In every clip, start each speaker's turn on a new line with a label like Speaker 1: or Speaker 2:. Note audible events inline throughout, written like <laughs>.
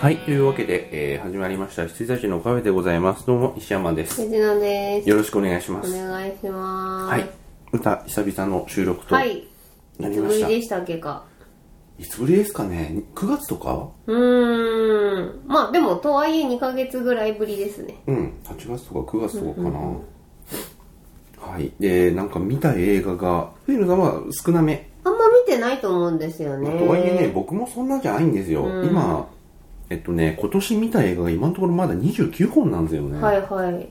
Speaker 1: はい、というわけで、えー始まりました羊たちのカフェでございます。どうも石山です。
Speaker 2: 藤野です。
Speaker 1: よろしくお願いしま
Speaker 2: お
Speaker 1: す。
Speaker 2: 願いします。
Speaker 1: はい、また久々の収録と
Speaker 2: は。
Speaker 1: ない
Speaker 2: い
Speaker 1: り
Speaker 2: つ
Speaker 1: ま
Speaker 2: ぶ
Speaker 1: し
Speaker 2: り
Speaker 1: た。
Speaker 2: でしたっけか。
Speaker 1: いつぶりですかね ?9 月とか
Speaker 2: うーん。まあでも、とはいえ2ヶ月ぐらいぶりですね。
Speaker 1: うん、8月とか9月とかかな。はい、で、なんか見た映画が、冬野さんは少なめ。
Speaker 2: あんま見てないと思うんですよね。
Speaker 1: まあとはいえね、僕もそんなじゃないんですよ。今、えっとね、今年見た映画が今のところまだ29本なんですよね。
Speaker 2: はいはい。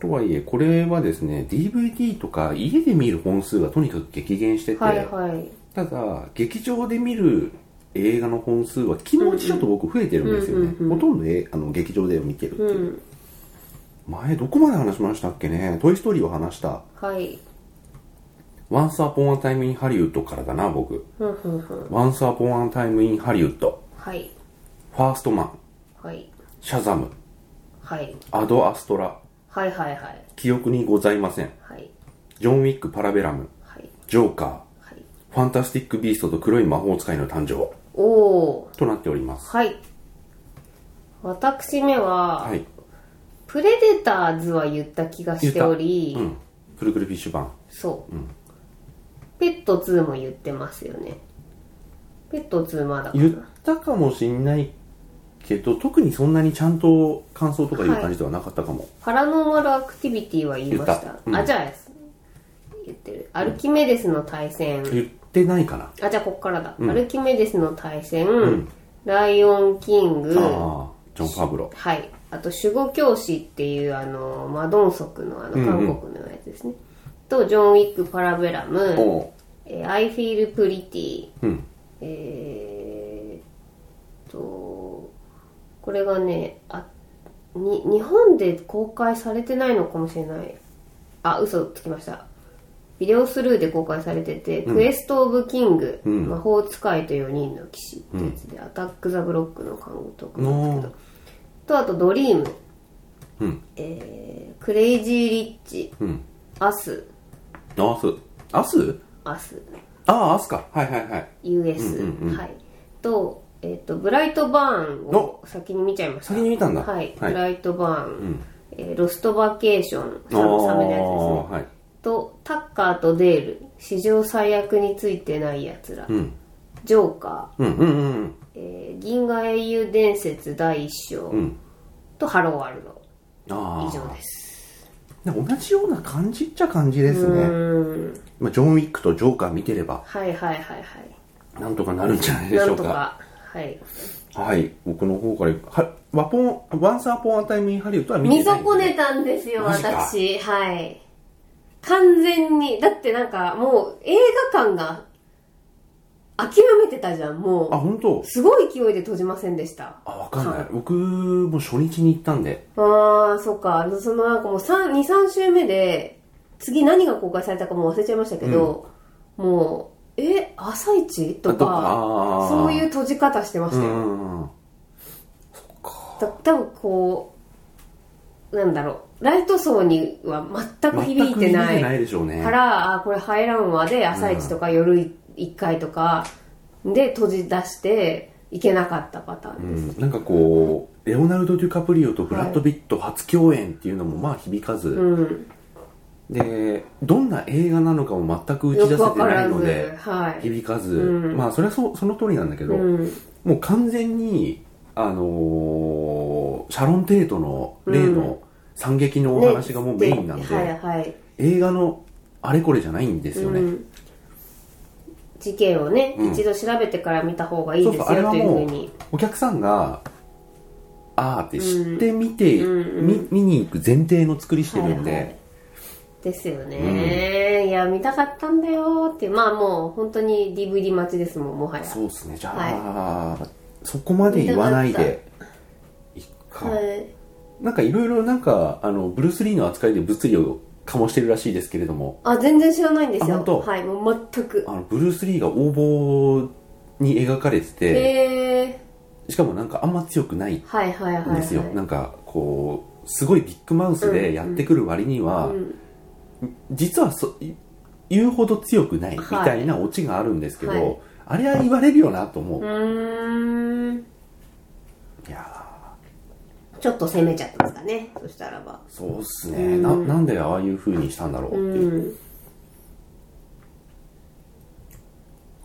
Speaker 1: とはいえ、これはですね、DVD とか家で見る本数がとにかく激減してて、
Speaker 2: はいはい。
Speaker 1: ただ、劇場で見る映画の本数は昨日ちょっと僕増えてるんですよね。ほとんどえあの劇場で見てるっていう。前どこまで話しましたっけねトイ・ストーリーを話した。
Speaker 2: はい。
Speaker 1: Once Upon a Time in Hollywood からだな、僕。
Speaker 2: ふんふんふん。
Speaker 1: Once Upon a Time in Hollywood。
Speaker 2: はい。
Speaker 1: ファーストマン。
Speaker 2: はい。
Speaker 1: シャザム。
Speaker 2: はい。
Speaker 1: アド・アストラ。
Speaker 2: はいはいはい。
Speaker 1: 記憶にございません。
Speaker 2: はい。
Speaker 1: ジョン・ウィック・パラベラム。
Speaker 2: はい。
Speaker 1: ジョーカー。
Speaker 2: はい。
Speaker 1: ファンタスティック・ビーストと黒い魔法使いの誕生
Speaker 2: おー。
Speaker 1: となっております。
Speaker 2: はい。私めは、
Speaker 1: はい。
Speaker 2: プレデターズは言った気がしており、
Speaker 1: うん。くるくるフィッシュ版。
Speaker 2: そう、ペット2も言ってますよねペット2まだか
Speaker 1: 言っ
Speaker 2: な
Speaker 1: たかもしんないけど、特にそんなにちゃんと感想とかいう感じではなかったかも。
Speaker 2: パラノーマルアクティビティは言いまし
Speaker 1: 言ったたうん
Speaker 2: あじゃあ言ってるアルキメデスの対戦、
Speaker 1: 言ってないかな。
Speaker 2: あじゃあこっからだ、アルキメデスの対戦、
Speaker 1: ん
Speaker 2: ライオンキング
Speaker 1: ああ、ジョン・ファブロ。
Speaker 2: はいあと守護教師っていうあのマドンソクのあの韓国のやつですね、とジョン・ウィック・パラベラム
Speaker 1: おう。
Speaker 2: 「えー I Feel Pretty」
Speaker 1: うん。
Speaker 2: えーっとこれがねあに日本で公開されてないのかもしれないあ嘘つきましたビデオスルーで公開されてて「クエスト・オブ・キング、
Speaker 1: うん
Speaker 2: 魔法使いと4人の騎士」ってやつで、アタック・ザ・ブロック」の監督なんですけどとあと「ドリーム」
Speaker 1: うん
Speaker 2: えークレイジー・リッチ」
Speaker 1: うん。
Speaker 2: アス
Speaker 1: アス。アス」
Speaker 2: 「アス」
Speaker 1: ああ、アスか。はいはいはい。
Speaker 2: US、はい、と,、えー、とブライトバーンを先に見ちゃいました
Speaker 1: 先に見たんだ
Speaker 2: はい、
Speaker 1: はい
Speaker 2: ブライトバーン、えーロストバケーションサムサム
Speaker 1: あ
Speaker 2: のやつですね
Speaker 1: あはい。
Speaker 2: とタッカーとデール史上最悪についてないやつら、
Speaker 1: うん。
Speaker 2: ジョーカ
Speaker 1: うんうんうんうん。
Speaker 2: ー、えー銀河英雄伝説第一章、
Speaker 1: ん
Speaker 2: とハローワールド
Speaker 1: あ
Speaker 2: 以上
Speaker 1: あ。
Speaker 2: です
Speaker 1: で同じような感じっちゃ感じで
Speaker 2: う
Speaker 1: すね。
Speaker 2: ーん
Speaker 1: まあ、ジョン・ウィックとジョーカー見てれば、
Speaker 2: はいはいはいはい
Speaker 1: なんとかなるんじゃないでし
Speaker 2: な
Speaker 1: ょ
Speaker 2: ん
Speaker 1: う
Speaker 2: と
Speaker 1: か。
Speaker 2: かはい
Speaker 1: はい、僕の方から、は、ワポン、ワンサーポンアタイムインハリウッドは見
Speaker 2: 見
Speaker 1: てない、
Speaker 2: 損ねたんですよ、
Speaker 1: マジか
Speaker 2: 私。はい。完全に。だってなんか、もう映画館が諦めてたじゃん、も
Speaker 1: あ、
Speaker 2: う。
Speaker 1: 本当
Speaker 2: すごい勢いで閉じませんでした。
Speaker 1: あ、わかんない。僕も初日に行ったんで。
Speaker 2: あー、そっか。そのなんかもう3、2、3週目で、次何が公開されたかもう忘れちゃいましたけど、もう、え、朝一と
Speaker 1: と
Speaker 2: か、
Speaker 1: か。
Speaker 2: そういうう閉じ方してまし
Speaker 1: う
Speaker 2: たよ。
Speaker 1: ん。は
Speaker 2: た多分こうなんだろうライト層には全く響いてない
Speaker 1: 全く響いてないでしょうね
Speaker 2: からあこれ入らんわで朝一とか夜一回とかで閉じ出していけなかったパターン
Speaker 1: う
Speaker 2: です、
Speaker 1: ん、なんかこう、レオナルド・デュカプリオとブラッド・ビット初共演っていうのもまあ響かず、
Speaker 2: うん
Speaker 1: で、どんな映画なのかも全く打ち
Speaker 2: よ
Speaker 1: 出
Speaker 2: く
Speaker 1: せ
Speaker 2: わ
Speaker 1: て
Speaker 2: か
Speaker 1: ない
Speaker 2: ら
Speaker 1: の
Speaker 2: ず
Speaker 1: で、
Speaker 2: はい、
Speaker 1: 響かず、
Speaker 2: うん
Speaker 1: まあそれはそその通りなんだけど、
Speaker 2: うん、
Speaker 1: もう完全に、あのーシャロン・テイトの例の惨劇のお話がもうメインなんで、
Speaker 2: はいはい
Speaker 1: 映画のあれこれじゃないんですよね。
Speaker 2: うん、事件をね、
Speaker 1: うん
Speaker 2: 一度調べてから見た方がいい
Speaker 1: そう
Speaker 2: です
Speaker 1: そう、あ
Speaker 2: よ
Speaker 1: れは
Speaker 2: というふう
Speaker 1: もう
Speaker 2: に、
Speaker 1: お客さんが、あーって知ってみて、
Speaker 2: うんうん
Speaker 1: み見に行く前提の作りしてるんで、
Speaker 2: はいはいですよね、いや見たかったんだよってまあもう本当に DVD 待ちですもんもはや
Speaker 1: そうですね、じゃあ、そこまで言わないで、いっか。
Speaker 2: はい
Speaker 1: なんかいろいろなんか、あの、ブルース・リーの扱いで物理を醸してるらしいですけれども、
Speaker 2: あ全然知らないんです
Speaker 1: あ
Speaker 2: よ
Speaker 1: 本当
Speaker 2: はいもう全く
Speaker 1: あのブルース・リーが横暴に描かれて
Speaker 2: へ
Speaker 1: て、
Speaker 2: え
Speaker 1: しかもなんかあんま強くないん
Speaker 2: ー、はいはいはい、はい、
Speaker 1: ですよ、なんかこうすごいビッグマウスでやってくる割には、
Speaker 2: うん
Speaker 1: 実はそ言うほど強くないみ
Speaker 2: はい
Speaker 1: たいなオチがあるんですけど、
Speaker 2: はい
Speaker 1: あれは言われるよなと思う、
Speaker 2: うーん
Speaker 1: いや
Speaker 2: ちょっと攻めちゃったんですかねそしたらば
Speaker 1: ーそうっすね、ななんでああいう風にしたんだろうっていう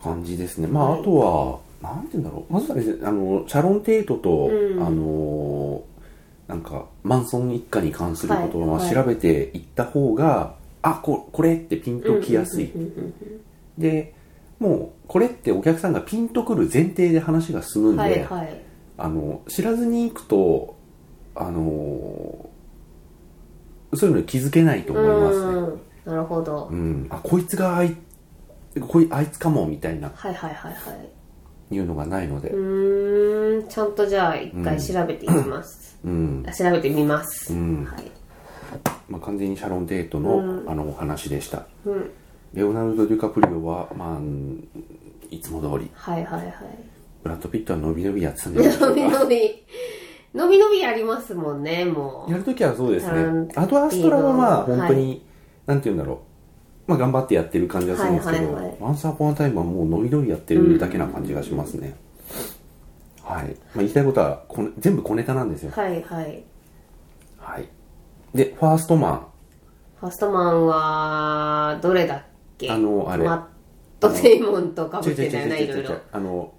Speaker 1: 感じですねまああとは、なんて言うんだろうまずはですねあのシャロン・テイトと、あのーなんかマンソン一家に関することをまあ
Speaker 2: はい
Speaker 1: 調べていった方が、あここれってピンときやすい、でもうこれってお客さんがピンとくる前提で話が進むんで、
Speaker 2: はいはい
Speaker 1: あの知らずに行くとあのーそういうの気づけないと思いますね
Speaker 2: うんなるほど、
Speaker 1: うん、あこいつがあいこいあいつかもみたいな
Speaker 2: はいはいはいはい
Speaker 1: いうのがないので
Speaker 2: うーんちゃんとじゃあ一回調べていきます、
Speaker 1: うん、
Speaker 2: あ調べてみます、
Speaker 1: ん
Speaker 2: はい
Speaker 1: まあ、完全にシャロン・デートの,、あのお話でした、
Speaker 2: うん
Speaker 1: レオナルド・デュカプリオはまあうんいつも通り
Speaker 2: はいはい <laughs> はい
Speaker 1: ブラッド・ピットは伸び伸びやってたんじゃないでしょ
Speaker 2: 伸
Speaker 1: うか
Speaker 2: び伸び伸び伸びやりますもんねもう
Speaker 1: やるときはそうです
Speaker 2: うん
Speaker 1: ね。あとアストラはまあ
Speaker 2: うん
Speaker 1: 本当に、なんて言うんだろう。まあ頑張ってやってる感じがするんですけど、
Speaker 2: はいはいはい
Speaker 1: ワンサーポンアタイムはもう伸び伸びやってるだけな感じがしますね。はい。まあ言いたいことはこね全部小ネタなんですよ。
Speaker 2: はいはい
Speaker 1: はい。で、ファーストマ
Speaker 2: ファストマンはどれだっけ
Speaker 1: ン。あの、あれ。
Speaker 2: マット・デイモンとか
Speaker 1: 違う
Speaker 2: ぶっ
Speaker 1: 違
Speaker 2: て
Speaker 1: う
Speaker 2: た
Speaker 1: 違
Speaker 2: よ
Speaker 1: う
Speaker 2: ねい
Speaker 1: 違う
Speaker 2: ろ
Speaker 1: 違
Speaker 2: いうろ
Speaker 1: あの、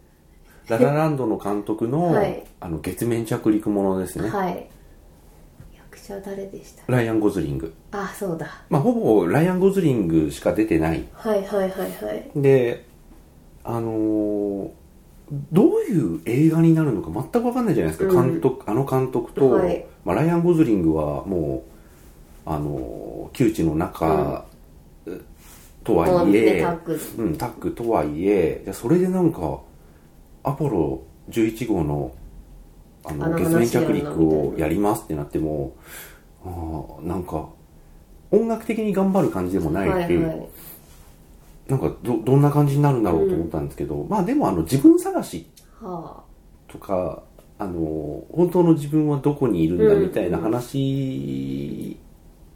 Speaker 1: ララランドの監督の、
Speaker 2: はい
Speaker 1: あの、月面着陸ものですね。
Speaker 2: はい役者誰でした
Speaker 1: ライアン・ゴズリング。
Speaker 2: あそうだ
Speaker 1: まあほぼライアン・ゴズリングしか出てない
Speaker 2: はいはいはいはい
Speaker 1: であのーどういう映画になるのか全く分かんないじゃないですか、
Speaker 2: うん
Speaker 1: 監督あの監督と、
Speaker 2: はい
Speaker 1: まあ、ライアン・ゴズリングはもう、あのー窮地の中、と
Speaker 2: もう
Speaker 1: はい
Speaker 2: ね
Speaker 1: え
Speaker 2: タッグ
Speaker 1: うん、タッグとはいえじゃあそれでなんかアポロ11号のあ
Speaker 2: あ
Speaker 1: の
Speaker 2: の
Speaker 1: 月面
Speaker 2: 話や
Speaker 1: 着
Speaker 2: るの
Speaker 1: 陸を
Speaker 2: みたいな
Speaker 1: やりますってなってもあーなんか音楽的に頑張る感じでもない
Speaker 2: は
Speaker 1: ってい、
Speaker 2: いうはい
Speaker 1: なんかどどんな感じになるんだろうと思ったんですけど、まあでもあの自分探し
Speaker 2: は
Speaker 1: とかあの本当の自分はどこにいるんだ
Speaker 2: うん
Speaker 1: みたいな話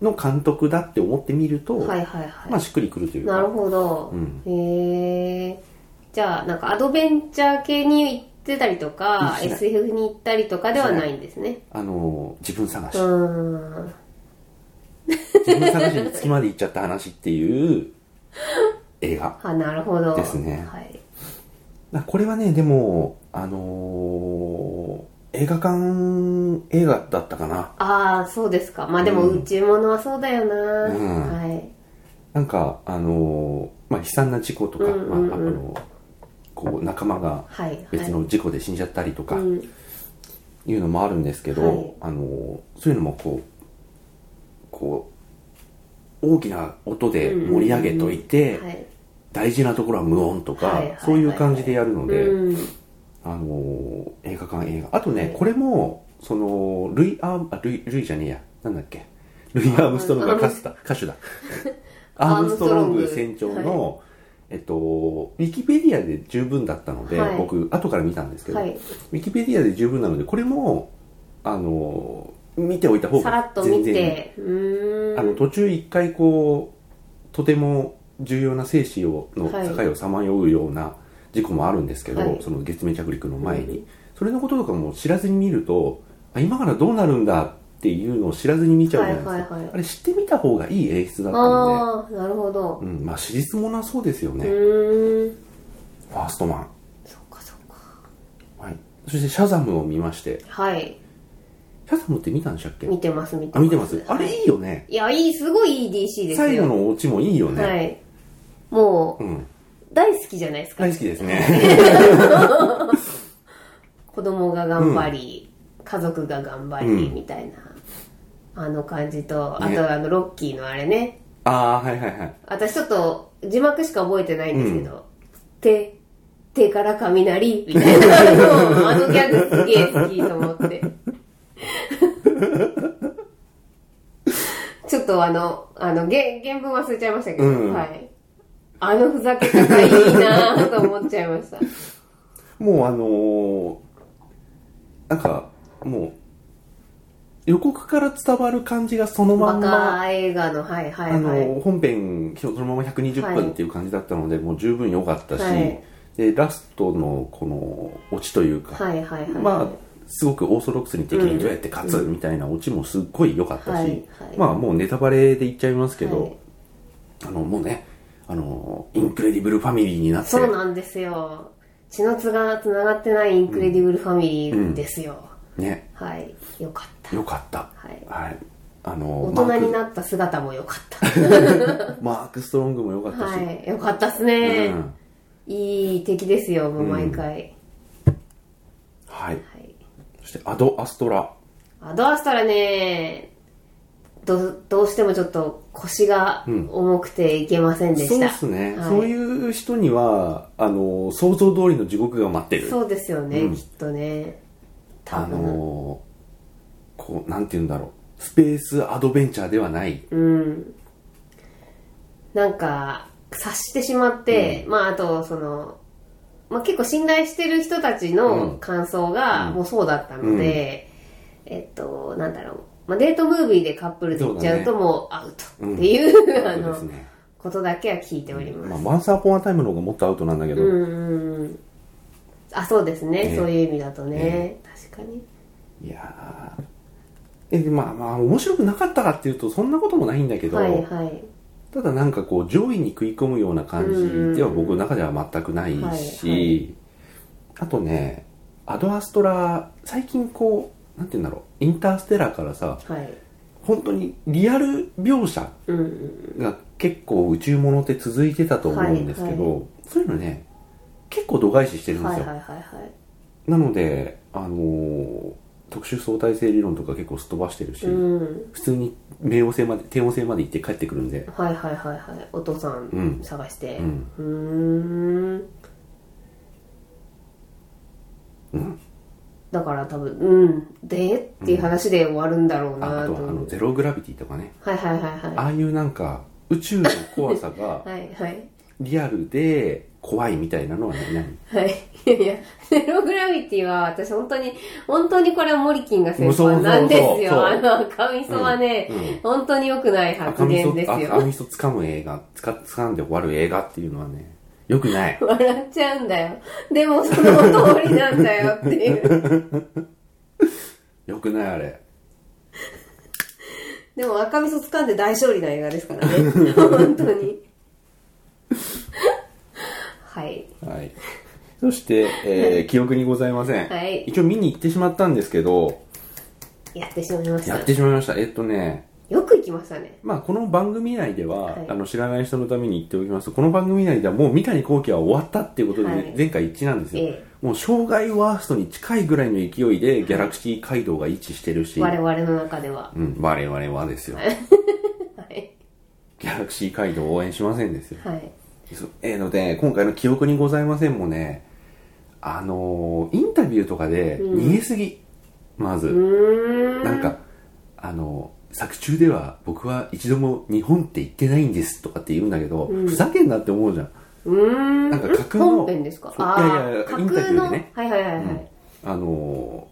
Speaker 1: の監督だって思ってみると、
Speaker 2: あはいはいはい、
Speaker 1: まあしっくりくるというか
Speaker 2: なるほど、
Speaker 1: うん
Speaker 2: へえじゃあなんかアドベンチャー系に行ってたりとか
Speaker 1: しない
Speaker 2: SF に行ったりとかではないんですね
Speaker 1: あの自分探
Speaker 2: う
Speaker 1: し
Speaker 2: ーん
Speaker 1: 自分探しに月まで行っちゃった話っていう映画
Speaker 2: あなるほど
Speaker 1: ですね
Speaker 2: はい、
Speaker 1: まあこれはねでもあのー映画館映画だったかな
Speaker 2: ああそうですかまあでも
Speaker 1: うん
Speaker 2: 宇宙物はそうだよな、
Speaker 1: うん
Speaker 2: はい
Speaker 1: なんかあのーまあ悲惨な事故とか、
Speaker 2: うんうんうん
Speaker 1: まあ、あのこう仲間が
Speaker 2: はいはい
Speaker 1: 別の事故で死んじゃったりとか
Speaker 2: うん
Speaker 1: いうのもあるんですけど、
Speaker 2: はい
Speaker 1: あのそういうのもこうこう大きな音で盛り上げといて、
Speaker 2: はい
Speaker 1: 大事なところは無音とか、
Speaker 2: はいはいはい
Speaker 1: そういう感じでやるので、
Speaker 2: うん
Speaker 1: あの映画館映画あとね、これもそのルイ・アームあルイルイじゃねえやなんだっけルイ・アームストロングが歌手だ歌手
Speaker 2: <laughs>
Speaker 1: だアームストロン
Speaker 2: アーム
Speaker 1: グ
Speaker 2: ストロング
Speaker 1: 船長の、えっと、ウィキペディアで十分だったので、
Speaker 2: はい
Speaker 1: 僕後から見たんですけど、
Speaker 2: はい
Speaker 1: ウィキペディアで十分なのでこれもあの見ておいた方
Speaker 2: さら
Speaker 1: が
Speaker 2: っと
Speaker 1: 全
Speaker 2: 見
Speaker 1: 然
Speaker 2: てうーん
Speaker 1: あの途中一回こうとても重要な生死をの
Speaker 2: はい
Speaker 1: 境をさまようような事故もあるんですけど、
Speaker 2: はい
Speaker 1: その月面着陸の前に、
Speaker 2: う
Speaker 1: それのこととかも知らずに見るとあ今からどうなるんだっていうのを知らずに見ちゃうじゃないですか、
Speaker 2: はいはいはい
Speaker 1: あれ知ってみた方がいい演出だったの
Speaker 2: ああなるほど
Speaker 1: で、うん、まあ史実もなそうですよ
Speaker 2: う
Speaker 1: ね、
Speaker 2: ーん
Speaker 1: ファーストマ
Speaker 2: そっかそっか
Speaker 1: ン、はい、そしてシャザムを見まして
Speaker 2: はい
Speaker 1: シャザムって見たんでしたっけ
Speaker 2: 見てます見て
Speaker 1: あ見てますあ
Speaker 2: はい
Speaker 1: れいいよね
Speaker 2: いや、いい、すごいいい DC ですよ。
Speaker 1: 最後のお家もいいよね、
Speaker 2: はい。もう、
Speaker 1: うん、
Speaker 2: 大好きじゃないですか。
Speaker 1: 大好きですね
Speaker 2: <laughs> 子供が頑張り、家族が頑張り、
Speaker 1: うん
Speaker 2: みたいな、あの感じと、あ
Speaker 1: ね
Speaker 2: とあの、ロッキーのあれね。
Speaker 1: ああはいはいはい
Speaker 2: 私ちょっと、字幕しか覚えてないんですけど、手、手から雷、み
Speaker 1: <laughs>
Speaker 2: たいなあの、あのギャグすげえ好きと思って。 <laughs> ちょっとあの、あの、原原文忘れちゃいましたけど、
Speaker 1: うん
Speaker 2: はい。あのふざけ方いいなぁと思っちゃいました。
Speaker 1: もうあのーなんか、もう、予告から伝わる感じがそのま
Speaker 2: バ
Speaker 1: んま、
Speaker 2: カ映画の、はいはい
Speaker 1: あの
Speaker 2: はい。
Speaker 1: ー本編、そのまま120
Speaker 2: はい
Speaker 1: 分っていう感じだったので、もう十分良かったし、
Speaker 2: はい
Speaker 1: で、ラストのこの、オチというか、
Speaker 2: はいはいはい。
Speaker 1: まあ、すごくオーソドックスに敵にどうやって勝つみたいなオチもすっごい良かったし、
Speaker 2: はいはい
Speaker 1: まあもうネタバレで言っちゃいますけど、
Speaker 2: はい
Speaker 1: あのもうねあのインクレディブルファミリーになって
Speaker 2: そうなんですよ血のつがつながってないインクレディブルファミリーですよ、
Speaker 1: ね
Speaker 2: はいよかった
Speaker 1: 良かった
Speaker 2: はい
Speaker 1: あの
Speaker 2: 大人に
Speaker 1: マー
Speaker 2: なった姿もよか
Speaker 1: <laughs>
Speaker 2: った
Speaker 1: クマークストロングも良かったし、
Speaker 2: はいよかったっすね、
Speaker 1: うん
Speaker 2: いい敵ですよもう毎回、
Speaker 1: はい
Speaker 2: はい
Speaker 1: そしてアド・アストラ
Speaker 2: アドアストラねどどうしてもちょっと腰が重くていけませんで
Speaker 1: そ
Speaker 2: し
Speaker 1: う
Speaker 2: た、
Speaker 1: ですね、
Speaker 2: はい
Speaker 1: そういう人にはあの想像通りの地獄が待ってる
Speaker 2: そうですよね、
Speaker 1: うん
Speaker 2: きっとね多
Speaker 1: あ
Speaker 2: 分、
Speaker 1: のーこうなんて言うんだろうスペースアドベンチャーではない
Speaker 2: うんなんか察してしまって、まああとその、まあ、結構信頼してる人たち
Speaker 1: う
Speaker 2: の
Speaker 1: ん
Speaker 2: 感想がもうそうだったので、えっとなんだろうまあ、デートムービーでカップルで行っちゃうともうアウトっていう、あ
Speaker 1: ことです
Speaker 2: の
Speaker 1: ね
Speaker 2: ことだけは聞いております
Speaker 1: まあ、ワンサーポンアタイムの方がもっとアウトなんだけど、
Speaker 2: うんうんうんあそうですね、
Speaker 1: ええ
Speaker 2: そういう意味だとね、確かに
Speaker 1: いやーえまあまあ面白くなかったかっていうとそんなこともないんだけど、
Speaker 2: はいはい
Speaker 1: ただなんかこう上位に食い込むような感じでは僕の中では全くないし、
Speaker 2: はいは
Speaker 1: あとねアドアストラ最近こうなんて言うんだろうインターステラーからさ
Speaker 2: はい
Speaker 1: 本当にリアル描写
Speaker 2: うんうん
Speaker 1: が結構宇宙物って続いてたと思うんですけど、
Speaker 2: はい
Speaker 1: そういうのね結構度外視してるんで
Speaker 2: は
Speaker 1: す
Speaker 2: い
Speaker 1: よ、
Speaker 2: はいはいはい
Speaker 1: なのであのー特殊相対性理論とか結構すっ飛ばしてるし、
Speaker 2: うん
Speaker 1: 普通に冥王星まで帝王星まで行って帰ってくるんで
Speaker 2: はいはいはいはいお父さん
Speaker 1: うん
Speaker 2: 探して
Speaker 1: うん
Speaker 2: うーん
Speaker 1: うん
Speaker 2: だから多分うんでっていう話で終わるんだろう
Speaker 1: あ
Speaker 2: な
Speaker 1: あと
Speaker 2: と
Speaker 1: はあ
Speaker 2: 思
Speaker 1: の
Speaker 2: う
Speaker 1: ゼログラビティとかね
Speaker 2: はいはいはい
Speaker 1: あ
Speaker 2: は
Speaker 1: あいうなんか宇宙の怖さが
Speaker 2: いはいはい
Speaker 1: リアルで怖いみたいなのはね何
Speaker 2: はい。いやいや、 <laughs> ゼログラビティは私本当に、本当にこれはモリキンが先
Speaker 1: そうそうそ
Speaker 2: 輩
Speaker 1: う
Speaker 2: なんです
Speaker 1: そう
Speaker 2: よ。あの、赤みそはね、
Speaker 1: うんうん
Speaker 2: 本当に良くない発
Speaker 1: 赤みそ
Speaker 2: 言です
Speaker 1: 赤
Speaker 2: よ。
Speaker 1: みそ掴む映画つか掴んで終わる映画っていうのはねよく
Speaker 2: <laughs>
Speaker 1: ない
Speaker 2: 笑っちゃうんだよ。でもその通りなんだよっていう。
Speaker 1: よくないあれ
Speaker 2: でも赤みそ掴んで大勝利な映画ですから
Speaker 1: <laughs>
Speaker 2: ね。本当に。はい。
Speaker 1: はい。そして、えー記憶にございません。
Speaker 2: はい
Speaker 1: 一応見に行ってしまったんですけど、
Speaker 2: やってしまいまし。
Speaker 1: やったてしまいました。えっとね、
Speaker 2: よく行きましたね。
Speaker 1: まあ、この番組内では、
Speaker 2: はい
Speaker 1: あの、知らない人のために言っておきますと、この番組内ではもう三谷幸喜は終わったっていうことでね、
Speaker 2: はい
Speaker 1: 前回一致なんですよ。
Speaker 2: え
Speaker 1: もう、障害ワーストに近いぐらいの勢いで、ギャラクシー街道が一致してるし、
Speaker 2: 我々の中では。
Speaker 1: うん、我々はですよ。
Speaker 2: はい。
Speaker 1: ギャラクシー街道を応援しませんですよ。
Speaker 2: はい。
Speaker 1: そうえーので、今回の記憶にございませんもね、あのーインタビューとかで逃げすぎ、まず。
Speaker 2: うーん。
Speaker 1: なんか、あの、作中では僕は一度も日本って言ってないんですとかって言うんだけど、ふざけんなって思うじゃん。
Speaker 2: うーん。
Speaker 1: なんか架空の
Speaker 2: 本編ですか
Speaker 1: そう
Speaker 2: あ
Speaker 1: い
Speaker 2: あ
Speaker 1: やいや
Speaker 2: 架
Speaker 1: インタビュ
Speaker 2: 空
Speaker 1: ーで
Speaker 2: の。
Speaker 1: ね
Speaker 2: はいはいはいはい。
Speaker 1: あの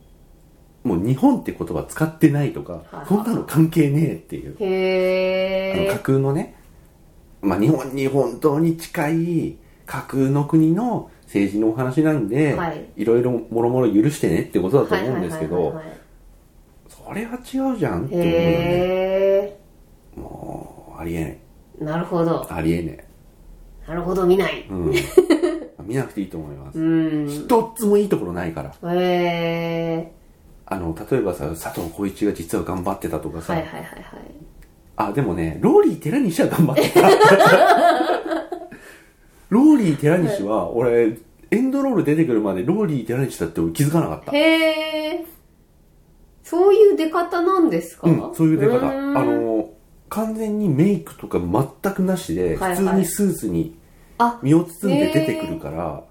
Speaker 1: ーもう日本って言葉使ってないとか
Speaker 2: は、い
Speaker 1: そんなの関係ねえっていう。あの
Speaker 2: へ
Speaker 1: 架
Speaker 2: え。
Speaker 1: 空のね、まあ日本に本当に近い架空の国の政治のお話なんで、
Speaker 2: はい
Speaker 1: いろいろもろもろ許してねってことだと思うんですけ
Speaker 2: はいは
Speaker 1: ど
Speaker 2: い、はいはい
Speaker 1: それは違うじゃんって思うよね。
Speaker 2: へ
Speaker 1: もう、ありえない。
Speaker 2: え。なるほど。
Speaker 1: ありえね
Speaker 2: なるほど、見ない
Speaker 1: え。。うん。見なくていいと思います
Speaker 2: う。ん。へ
Speaker 1: 一つもいいところないから
Speaker 2: え。
Speaker 1: あの例えばさ佐藤浩市が実は頑張ってたとかさ、
Speaker 2: はいはいはいはい。
Speaker 1: あでもねローリー寺西は頑張ってた <laughs> ローリー寺西は俺エンドロール出てくるまでローリー寺西だって俺気づかなかった
Speaker 2: へえ。そういう出方なんですか、
Speaker 1: うんそういう出方あ
Speaker 2: ーん
Speaker 1: の完全にメイクとか全くなしで
Speaker 2: はいはい
Speaker 1: 普通にスーツに
Speaker 2: あ、
Speaker 1: 身を包んで出てくるから、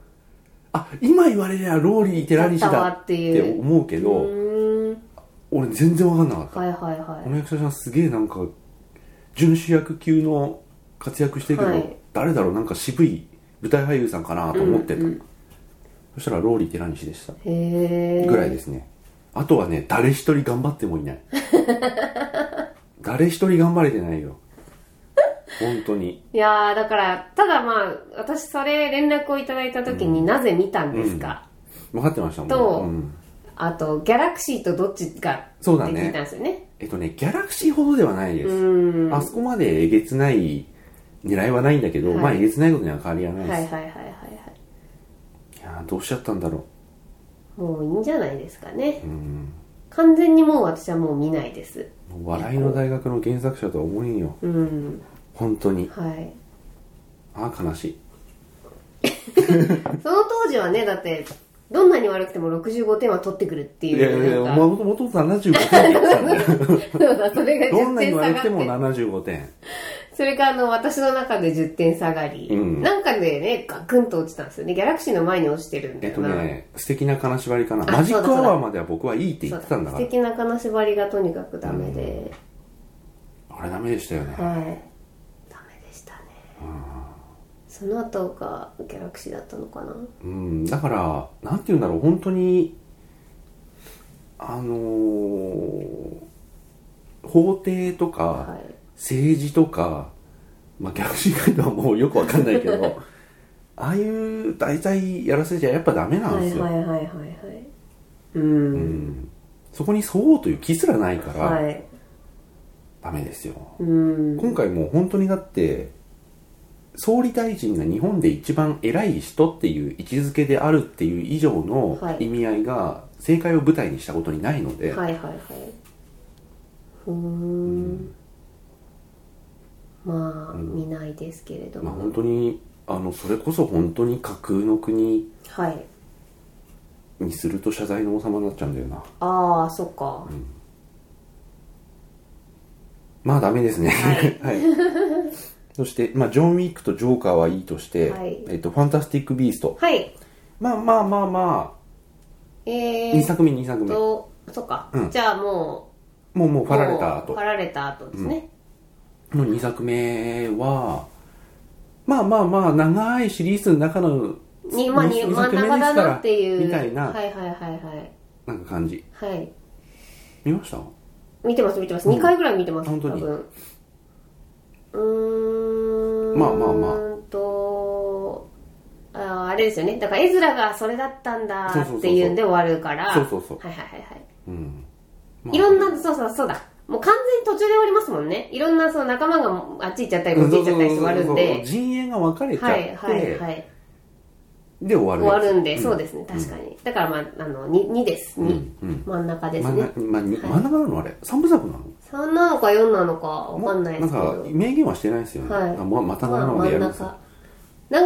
Speaker 1: あ今言われりゃローリー寺西
Speaker 2: だったわ
Speaker 1: だ
Speaker 2: っ
Speaker 1: って
Speaker 2: いう
Speaker 1: て思うけ
Speaker 2: う
Speaker 1: ど
Speaker 2: ーん。
Speaker 1: 俺全然わかんなかった
Speaker 2: はいはいはい
Speaker 1: こ。の役者さんすげえなんか準主役級の活躍してるけど、
Speaker 2: はい
Speaker 1: 誰だろうなんか渋い舞台俳優さんかなと思ってた、
Speaker 2: うんう
Speaker 1: そしたらローリー寺西でした
Speaker 2: へえ。
Speaker 1: ぐらいですねあとはね誰一人頑張ってもいない
Speaker 2: <laughs>
Speaker 1: 誰一人頑張れてないよ本当に
Speaker 2: いやー、だから、ただまあ、私それ連絡をいただいた時になぜ見たんですか、
Speaker 1: 分かってましたもん
Speaker 2: と
Speaker 1: うん
Speaker 2: あと、ギャラクシーとどっちが
Speaker 1: そうだ
Speaker 2: で
Speaker 1: ね
Speaker 2: 聞いたんですよね。
Speaker 1: えっとね、ギャラクシーほどではないで
Speaker 2: う
Speaker 1: す。
Speaker 2: ん。
Speaker 1: あ
Speaker 2: はい
Speaker 1: そこまでえげつない狙いはないんだけど、
Speaker 2: はい
Speaker 1: まあえげつないことには変わりはないです。
Speaker 2: はい
Speaker 1: い、
Speaker 2: はいはいはい
Speaker 1: やーどうしちゃったんだろ
Speaker 2: はい。もういいんじゃないですかね
Speaker 1: う。う。ん。
Speaker 2: 完全にもう私はもう見ないです。
Speaker 1: 笑いの大学の原作者とは思えんよ。
Speaker 2: うん。
Speaker 1: 本当に。
Speaker 2: はい。
Speaker 1: ああ、悲しい。
Speaker 2: その当時はね、だって、どんなに悪くても65点は取ってくるってい
Speaker 1: いやいや、
Speaker 2: う。なんか
Speaker 1: もともと75点って言ってたんだよ。
Speaker 2: <laughs> そうだ、それが
Speaker 1: どん
Speaker 2: 10
Speaker 1: なに
Speaker 2: 点下
Speaker 1: 悪
Speaker 2: が
Speaker 1: く
Speaker 2: って
Speaker 1: も75点。
Speaker 2: それからあの、私の中で10点下がり、
Speaker 1: うん
Speaker 2: なんかでね、ガクンと落ちたんですよね。ギャラクシーの前に落ちてるんだ
Speaker 1: えっと
Speaker 2: よな。
Speaker 1: ね、素敵な金縛りかな。
Speaker 2: あ
Speaker 1: マジッ
Speaker 2: そう
Speaker 1: ク
Speaker 2: だ
Speaker 1: ア
Speaker 2: そうだ
Speaker 1: ワーまでは僕はいいって言ってたんだ
Speaker 2: 素
Speaker 1: から。
Speaker 2: 敵な金縛りがとにかくダメで、
Speaker 1: あれダメでしたよね。
Speaker 2: はい。ダメでしたね。その後がギャラクシーだったのかな。
Speaker 1: うん、だから、なんて言うんだろう、本当に、あのー法廷とか、
Speaker 2: はい。
Speaker 1: 政治とか、まあ、ギャラクシーガイドはもうよくわかんないけ
Speaker 2: <laughs>
Speaker 1: ど、ああいう題材やらせちゃやっぱダメなん
Speaker 2: は
Speaker 1: で
Speaker 2: い
Speaker 1: すよ。
Speaker 2: はいはいはいはい。う。
Speaker 1: うんん、そこに沿おうという気すらないから、
Speaker 2: はい。
Speaker 1: ダメですよ。
Speaker 2: うん。
Speaker 1: 今回もう本当にだって総理大臣が日本で一番偉い人っていう位置づけであるっていう以上の
Speaker 2: はい
Speaker 1: 意味合いが政界を舞台にしたことにないので、
Speaker 2: はいはいはいふーんまあ、見ないですけれど
Speaker 1: まあ、
Speaker 2: も、
Speaker 1: 本当にあのそれこそ本当に架空の国
Speaker 2: はい
Speaker 1: にすると謝罪の王様になっちゃうんだよな
Speaker 2: ああそっか、
Speaker 1: まあダメですね <laughs>
Speaker 2: は
Speaker 1: はいそして、まあ、ジョン・ウィックとジョーカーはいいとして、
Speaker 2: はい
Speaker 1: えっと、ファンタスティック・ビースト。
Speaker 2: はい
Speaker 1: まあまあまあまあ、
Speaker 2: え
Speaker 1: 2
Speaker 2: ー、っ
Speaker 1: 作目、2作目。も
Speaker 2: とそっか、
Speaker 1: うん
Speaker 2: じゃあも
Speaker 1: うもう、
Speaker 2: う
Speaker 1: ファられた後
Speaker 2: もう。られた後ですね、
Speaker 1: の2作目は、まあまあまあ、長いシリーズの中の、
Speaker 2: にまあ
Speaker 1: 二
Speaker 2: に真ん
Speaker 1: 作目で
Speaker 2: 中だ
Speaker 1: すか
Speaker 2: な
Speaker 1: ら
Speaker 2: っていう
Speaker 1: みたいな
Speaker 2: はいはいはい
Speaker 1: なんか感じ。
Speaker 2: はいはい
Speaker 1: 見ました
Speaker 2: 見てます見てます、
Speaker 1: うん
Speaker 2: 2回ぐらい見てます
Speaker 1: 本当に
Speaker 2: 多分うーん
Speaker 1: まあまあまあ
Speaker 2: うーんとあーあれですよねだから絵面がそれだったんだっていうんで終わるから
Speaker 1: そうそうそう
Speaker 2: はいはいはいはい、
Speaker 1: うん。まあ
Speaker 2: いろんなそうそうそうだもう完全に途中で終わりますもんねいろんなその仲間があっち行っちゃったりこっち行っちゃったりして終わるん
Speaker 1: そうそうそうそう
Speaker 2: で
Speaker 1: 陣営が分かれちゃっ
Speaker 2: は
Speaker 1: て、
Speaker 2: いはいはい
Speaker 1: で終わる
Speaker 2: 終わるんで、そう
Speaker 1: で
Speaker 2: ですね確かに、だからまああの 2, 二です
Speaker 1: うん
Speaker 2: 2、
Speaker 1: うん
Speaker 2: 真ん中です
Speaker 1: 真ん
Speaker 2: ね
Speaker 1: 中、まあに
Speaker 2: はい
Speaker 1: 真ん中なのあれ ?3 部作なの
Speaker 2: 3なのか4なのかわかんないですけど、
Speaker 1: なんか、明言はしてないですよね。
Speaker 2: はい
Speaker 1: あままた
Speaker 2: まあ
Speaker 1: 7ま
Speaker 2: 真
Speaker 1: でや
Speaker 2: ん
Speaker 1: るんですよ
Speaker 2: 中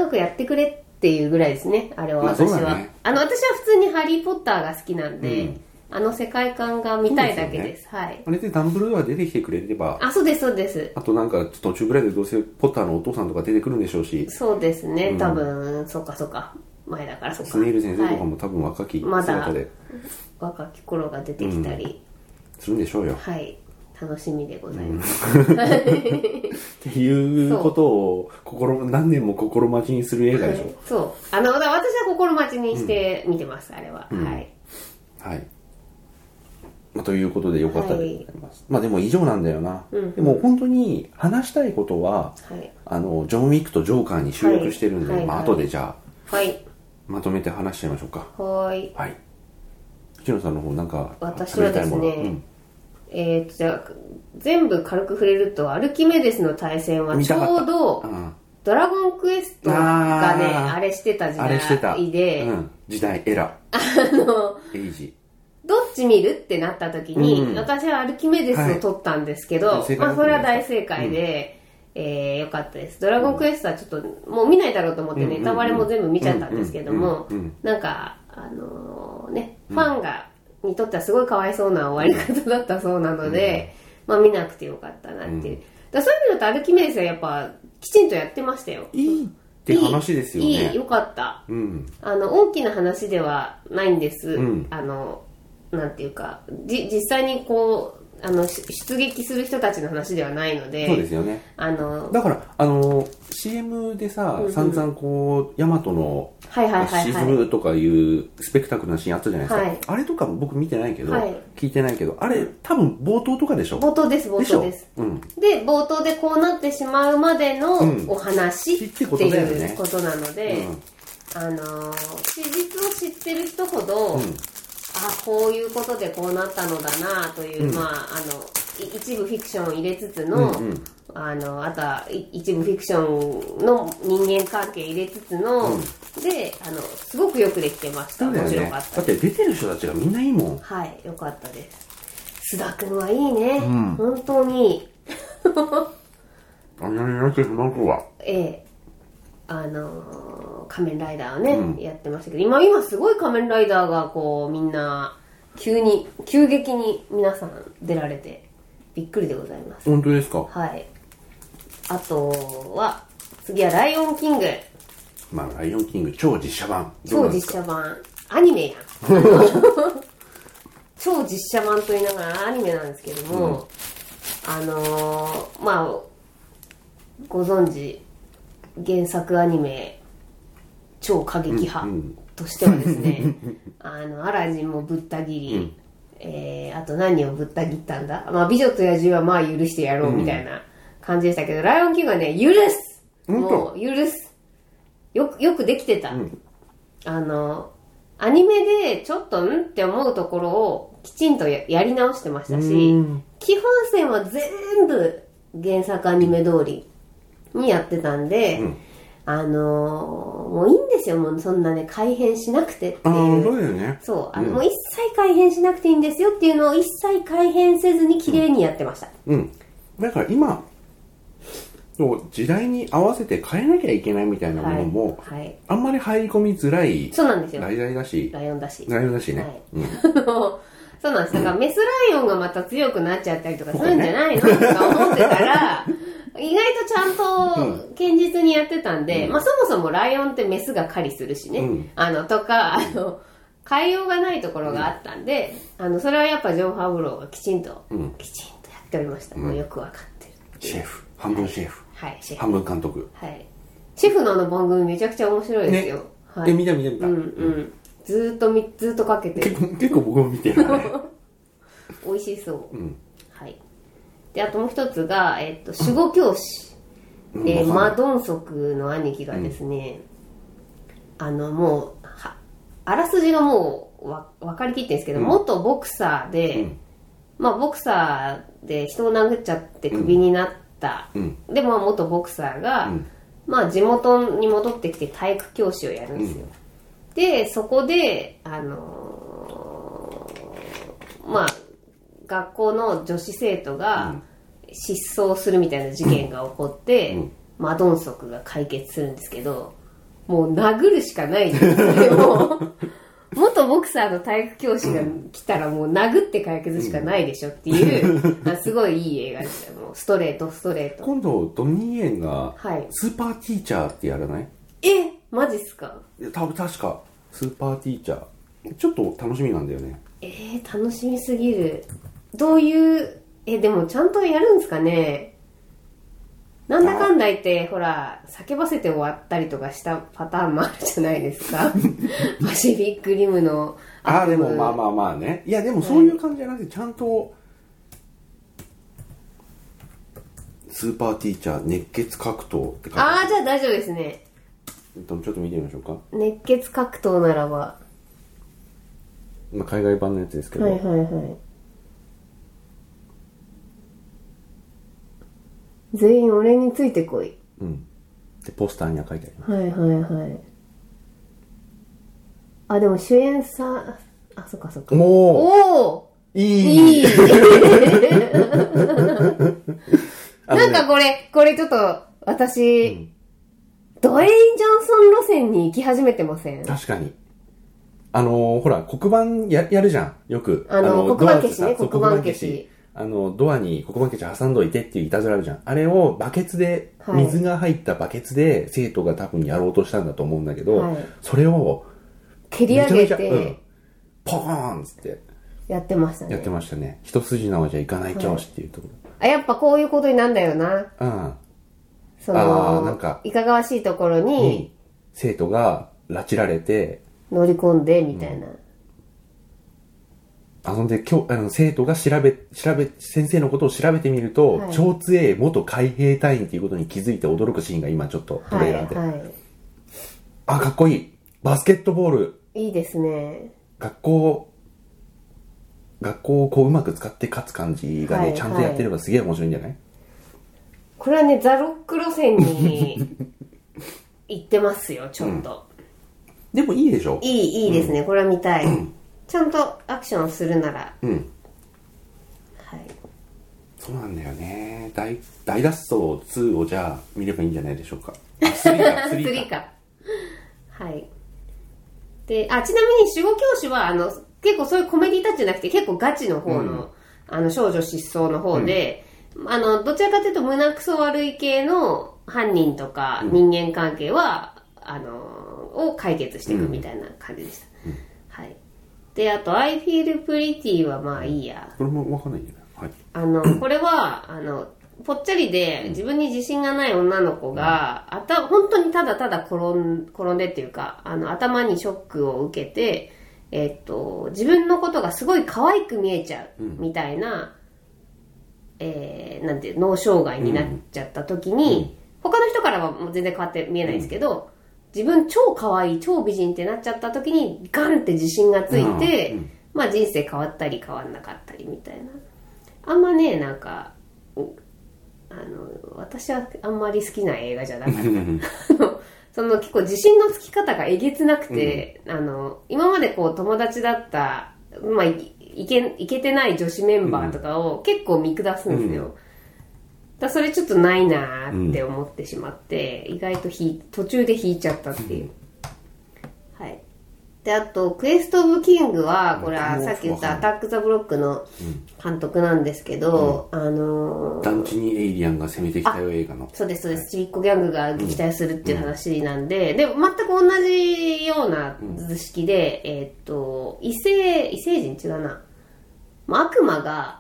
Speaker 2: 長くやってくれっていうぐらいですねあれは
Speaker 1: まあそ
Speaker 2: 私
Speaker 1: うだ
Speaker 2: は、
Speaker 1: ね
Speaker 2: あの私は普通に「ハリー・ポッター」が好きなんで、
Speaker 1: うん
Speaker 2: あの世界観が見たいだけですはい
Speaker 1: あれでダンブルドア出てきてくれれば、
Speaker 2: あそうですそうです
Speaker 1: あとなんか途中ぐらいでどうせポッターのお父さんとか出てくるんでしょうし、
Speaker 2: そうですね多分、そうかそうか前だからそうか
Speaker 1: スネイル先生とか
Speaker 2: はい
Speaker 1: も多分若き
Speaker 2: まだ
Speaker 1: 姿で
Speaker 2: 若き頃が出てきたり、
Speaker 1: するんでしょうよ。
Speaker 2: はい楽しみでございます、
Speaker 1: っていうことを心何年も心待ちにする映画
Speaker 2: は
Speaker 1: でしょ
Speaker 2: い、そうあのだから私は心待ちにして見てます、あれは、はい
Speaker 1: はい、まあ、ということでよかったでございます、まあでも以上なんだよな、
Speaker 2: うん
Speaker 1: でも本当に話したいことは
Speaker 2: はい
Speaker 1: あのジョン・ウィックとジョーカーに集約してるんで、
Speaker 2: はい
Speaker 1: まあ
Speaker 2: はい
Speaker 1: 後でじゃあ
Speaker 2: はい
Speaker 1: まとめて話しちゃいましょうか
Speaker 2: はーい
Speaker 1: はい藤野さんの方なんか
Speaker 2: 私はですね
Speaker 1: 語りたいもの
Speaker 2: えー、とじゃあ全部軽く触れるとアルキメデスの対戦は
Speaker 1: 見
Speaker 2: ち
Speaker 1: たかった
Speaker 2: ょうど
Speaker 1: うんうん
Speaker 2: 「ドラゴンクエスト」がね
Speaker 1: あ
Speaker 2: あ
Speaker 1: ー
Speaker 2: れしてた時
Speaker 1: あれしてた、
Speaker 2: 代で、
Speaker 1: うん、時代エラエイジ
Speaker 2: どっち見るってなった時に、
Speaker 1: うんうん
Speaker 2: 私はアルキメデスを取ったんですけど、
Speaker 1: はい正解
Speaker 2: ま
Speaker 1: だ
Speaker 2: あ、
Speaker 1: と
Speaker 2: そ
Speaker 1: 思い
Speaker 2: れ
Speaker 1: ま
Speaker 2: は
Speaker 1: す
Speaker 2: 大正解で、えー、よかったです「ドラゴンクエスト」はちょっともう見ないだろうと思って
Speaker 1: うんうんうん
Speaker 2: ネタバレも全部見ちゃったんですけども、
Speaker 1: うんうんうん
Speaker 2: なんかあのねファンが、にとってはすごいかわいそうな終わり方だったそうなので、まあ見なくてよかったなっていう、だからそういう意味だとアルキメデスはやっぱきちんとやってましたよ
Speaker 1: いいって話ですよね
Speaker 2: いいいいよかった
Speaker 1: うん
Speaker 2: あの大きな話ではないんです、
Speaker 1: うん
Speaker 2: あのなんていうかじ実際にこうあのし出撃する人たちの話ではないので
Speaker 1: そうですよね
Speaker 2: あの
Speaker 1: だから、あの CM でさ、散々こう、ヤマトの
Speaker 2: はいはいはい
Speaker 1: 沈
Speaker 2: はい
Speaker 1: むとかいうスペクタクルなシーンあったじゃないですか。
Speaker 2: はい
Speaker 1: あれとか僕見てないけど、
Speaker 2: はい
Speaker 1: 聞いてないけど、あれ多分冒頭とかでしょ
Speaker 2: 冒頭です冒
Speaker 1: でしょ
Speaker 2: 頭です
Speaker 1: うん。
Speaker 2: で冒頭でこうなってしまうまでの
Speaker 1: うん
Speaker 2: お話
Speaker 1: っ
Speaker 2: っ
Speaker 1: ててことだよね
Speaker 2: いうことなので、
Speaker 1: うん
Speaker 2: あの史実を知ってる人ほど、
Speaker 1: うん
Speaker 2: あこういうことでこうなったのだなという、まああのい一部フィクションを入れつつの、
Speaker 1: うんうん
Speaker 2: あのあとはい一部フィクションの人間関係入れつつの、
Speaker 1: うん
Speaker 2: であのすごくよくできてました、
Speaker 1: そうだよ
Speaker 2: 面
Speaker 1: ね
Speaker 2: 白かっ
Speaker 1: だ
Speaker 2: た
Speaker 1: って出てる人たちがみんないいもん
Speaker 2: はいよかったです須田君はいいね、
Speaker 1: ん
Speaker 2: 本当にいい
Speaker 1: あんなにやってしまう子は
Speaker 2: ええあのー仮面ライダーをね、
Speaker 1: うん
Speaker 2: やってましたけど今今すごい仮面ライダーがこうみんな急に急激に皆さん出られてびっくりでございます
Speaker 1: 本当ですか
Speaker 2: はいあとは次は「ライオンキング
Speaker 1: まあライオンキング超実写版」どう
Speaker 2: 超
Speaker 1: なんです
Speaker 2: 実
Speaker 1: か
Speaker 2: 写版アニメやん超実写版と言いながらアニメなんですけども、あのーまあご存知原作アニメ超過激派としてはですね、あのアラジンもぶった切り、えーあと何をぶった切ったんだ、まあ、美女と野獣はまあ許してやろうみたいな感じでしたけど、ライオンキングはね許す
Speaker 1: 本当
Speaker 2: もう許すよくよくできてた、あのアニメでちょっとんって思うところをきちんとややり直してましたし、
Speaker 1: うん
Speaker 2: 基本線は全部原作アニメ通りにやってたんで、
Speaker 1: うん
Speaker 2: あのーもういいんですよ、もうそんなね、改変しなくてって
Speaker 1: ああ
Speaker 2: い
Speaker 1: そう
Speaker 2: う。
Speaker 1: だよね
Speaker 2: そう、あの、
Speaker 1: うん
Speaker 2: もう一切改変しなくていいんですよっていうのを一切改変せずに綺麗にやってました。
Speaker 1: うんだから今そう時代に合わせて変えなきゃいけないみたいなも
Speaker 2: は
Speaker 1: の
Speaker 2: い。
Speaker 1: も、
Speaker 2: はい。
Speaker 1: あんまり入り込みづらい
Speaker 2: そうなんですよ。
Speaker 1: 題材だし
Speaker 2: ライオンだし。
Speaker 1: 内容だしね、
Speaker 2: はい
Speaker 1: うん
Speaker 2: <laughs> そうなんです。だから、メスライオンがまた強くなっちゃったりとかす
Speaker 1: そうだ
Speaker 2: るんじ
Speaker 1: ね
Speaker 2: ゃないのとか思ってた
Speaker 1: <laughs>
Speaker 2: ら、意外とちゃんと堅実にやってたんで、まあそもそもライオンってメスが狩りするしね、
Speaker 1: うん
Speaker 2: あの、とか、あの、変えようがないところがあったんで、あの、それはやっぱジョン・ファブローがきちんと、
Speaker 1: うん
Speaker 2: きちんとやっておりました。もうよくわかってる。
Speaker 1: シェフ半分シェフ
Speaker 2: はい、シェフ。
Speaker 1: 半分監督
Speaker 2: はい。シェフのあの番組めちゃくちゃ面白いですよ。
Speaker 1: ね
Speaker 2: は
Speaker 1: え
Speaker 2: い。
Speaker 1: 見た見た見
Speaker 2: う
Speaker 1: た、
Speaker 2: んうん。ずーっとみ、ずーっとかけて。
Speaker 1: 結構結構僕も見てる
Speaker 2: <laughs>
Speaker 1: あれ
Speaker 2: 美味しそう、
Speaker 1: ん
Speaker 2: はいであともう一つが、えっと守護教師、
Speaker 1: うん
Speaker 2: え
Speaker 1: わかん
Speaker 2: ー
Speaker 1: ない
Speaker 2: マドンソクの兄貴がですね、あのもうはあらすじがもうわ分かりきってるんですけど、元ボクサーで、
Speaker 1: ん
Speaker 2: まあボクサーで人を殴っちゃってクビになった、
Speaker 1: うん
Speaker 2: でも元ボクサーが、
Speaker 1: うん
Speaker 2: まあ地元に戻ってきて体育教師をやるんですよ、でそこであのーまあ学校の女子生徒が失踪するみたいな事件が起こって、
Speaker 1: うん
Speaker 2: マドンソクが解決するんですけどもう殴るしかないですよ
Speaker 1: <laughs>
Speaker 2: もう元ボクサーの体育教師が来たらもう殴って解決しかないでしょっていう、
Speaker 1: <laughs>
Speaker 2: あすごいいい映画でしたもうストレートストレート
Speaker 1: 今度ドニーエンが
Speaker 2: はい
Speaker 1: スーパーティーチャーってやらない
Speaker 2: えマジっすか
Speaker 1: いや多分確かスーパーティーチャーちょっと楽しみなんだよね
Speaker 2: えー、楽しみすぎるどういうえでもちゃんとやるんですかねなんだかんだ言ってほら叫ばせて終わったりとかしたパターンもあるじゃないです
Speaker 1: <laughs>
Speaker 2: かパシフィックリムの
Speaker 1: ああでも
Speaker 2: うん
Speaker 1: まあまあまあねいやでもそういう感じじゃなくてちゃんとスーパーティーチャー熱血格闘って書いて
Speaker 2: ああじゃあ大丈夫ですね
Speaker 1: えっとちょっと見てみましょうか、
Speaker 2: 熱血格闘ならばは
Speaker 1: まあ、海外版のやつですけ
Speaker 2: い
Speaker 1: ど、
Speaker 2: はいはい全員俺についてこい
Speaker 1: うんでポスターには書いてあります
Speaker 2: はいはいはいあでも主演さあそっかそっか
Speaker 1: もう
Speaker 2: おお
Speaker 1: いい
Speaker 2: いい
Speaker 1: あのね
Speaker 2: なんかこれこれちょっと私、ドウェイン・ジョンソン路線に行き始めてません
Speaker 1: 確かにあのーほら黒板ややるじゃんよく
Speaker 2: あの
Speaker 1: ド
Speaker 2: 黒板
Speaker 1: アにさ
Speaker 2: 消しね
Speaker 1: そう
Speaker 2: 黒板消し
Speaker 1: あのドアに黒板消し挟んどいてっていういたずらあるじゃんあれをバケツで、
Speaker 2: はい
Speaker 1: 水が入ったバケツで生徒が多分やろうとしたんだと思うんだけど、
Speaker 2: はい
Speaker 1: それを
Speaker 2: 蹴り
Speaker 1: めちゃ
Speaker 2: 上げ
Speaker 1: めちゃ、うん
Speaker 2: て、
Speaker 1: ポーンっつって
Speaker 2: やってました
Speaker 1: やって
Speaker 2: ね
Speaker 1: ましたね一筋縄じゃいかない教師っていうとこ
Speaker 2: あやっぱこういうことになんだよな
Speaker 1: ろ、うん
Speaker 2: そ
Speaker 1: あーなん
Speaker 2: の
Speaker 1: か
Speaker 2: いかがわしいところに
Speaker 1: に生徒が拉致られて
Speaker 2: 乗り込んでみたいな、
Speaker 1: あので今日あの生徒が調べ調べ先生のことを調べてみると、
Speaker 2: はい
Speaker 1: 超強い元海兵隊員ということに気づいて驚くシーンが今ちょっとト
Speaker 2: は
Speaker 1: レー
Speaker 2: い
Speaker 1: ラーで、
Speaker 2: は
Speaker 1: あかっこいいバスケットボール
Speaker 2: いいいですね
Speaker 1: 学校学校をこううまく使って勝つ感じがね、
Speaker 2: はい
Speaker 1: ちゃんとやってればすげえ面白いんじゃない、
Speaker 2: これはね、ザロック路線に行ってますよ、ちょっと。
Speaker 1: でもいいでしょ
Speaker 2: いい、いいですね、これは見たい。ちゃんとアクションするなら、
Speaker 1: うん
Speaker 2: はい。
Speaker 1: そうなんだよね大大脱走2をじゃあ見ればいいんじゃないでしょうかあ3か
Speaker 2: <laughs> 釣
Speaker 1: 3
Speaker 2: り
Speaker 1: か
Speaker 2: か。はい。で、あ、ちなみに、守護教師は、あの、結構そういうコメディタッチじゃなくて、結構ガチの方の、
Speaker 1: うん
Speaker 2: あの、少女失踪の方で、あの、どちらかというと胸くそ悪い系の犯人とか人間関係は、あの、を解決していくみたいな感じでした。はい。で、あと、I feel pretty はまあいいや。
Speaker 1: これもわかんないんじゃないはい
Speaker 2: あ
Speaker 1: <clears throat>
Speaker 2: の、これは、あの、ぽっちゃりで自分に自信がない女の子が、あた、本当にただただ転ん、転んでっていうか、あの、頭にショックを受けて、えっと、自分のことがすごい可愛く見えちゃう、みたいな、えー、なんていう、脳障害になっちゃった時に、他の人からはもう全然変わって見えないですけど、自分超可愛い、超美人ってなっちゃった時に、ガンって自信がついて、
Speaker 1: うんうん
Speaker 2: まあ人生変わったり変わんなかったりみたいな。あんまね、なんか、おあの、私はあんまり好きな映画じゃなかった。あのその結構自信のつき方がえげつなくて、あの、今までこう友達だった、まあ、いいけ、いけてない女子メンバーとかを結構見下すんですよ。だそれちょっとないなーって思ってしまって、意外とひ途中で引いちゃったっていう。はい。で、あと、クエスト・オブ・キングは、これはさっき言ったアタック・ザ・ブロックの監督なんですけど、あのー
Speaker 1: 団地にエイリアンが攻めてきたよ映画の
Speaker 2: そうです、そうです。ちびっこギャングが撃退するっていう話なんで、で、全く同じような図式で、えーっと、異星、異星人違うな。まあ、悪魔が、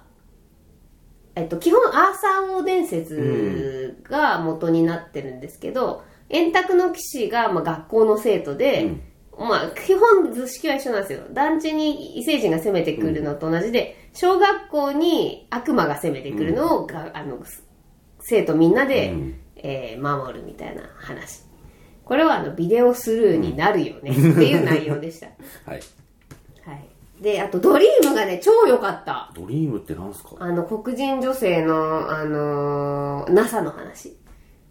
Speaker 2: えっと、基本アーサー王伝説が元になってるんですけど、円卓の騎士が、まあ、学校の生徒で、まあ、基本図式は一緒なんですよ。団地に異星人が攻めてくるのと同じで、小学校に悪魔が攻めてくるのをが、あの、生徒みんなで、
Speaker 1: うん
Speaker 2: えー守るみたいな話。これはあのビデオスルーになるよ
Speaker 1: <laughs>
Speaker 2: ねっていう内容でした。
Speaker 1: はい
Speaker 2: はい。で、あとドリームがね、超良かった。
Speaker 1: ドリームってなんすか
Speaker 2: あの、黒人女性の、あのー NASA の話。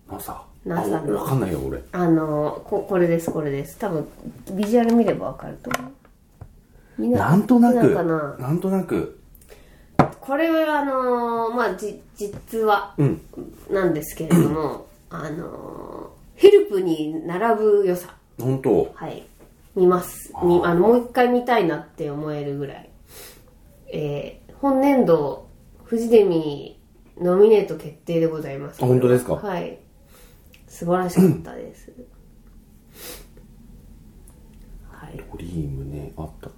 Speaker 1: NASA あ
Speaker 2: NASA の
Speaker 1: わかんないよ俺
Speaker 2: あのーこ、これです、これです。多分、ビジュアル見ればわかると思う。みん
Speaker 1: なんとな
Speaker 2: みん
Speaker 1: く
Speaker 2: かな
Speaker 1: なんとなく
Speaker 2: これはあのーまあ、じ、実は
Speaker 1: うん
Speaker 2: なんですけれども、あのーヘルプに並ぶ良さ。
Speaker 1: 本当
Speaker 2: はい。見ます。みあの、もう一回見たいなって思えるぐらい。えー、本年度、フジデミーノミネート決定でございます。
Speaker 1: あ本当ですか
Speaker 2: はい。素晴らしかっ
Speaker 1: <laughs>
Speaker 2: たです。はい。
Speaker 1: ドリームねあった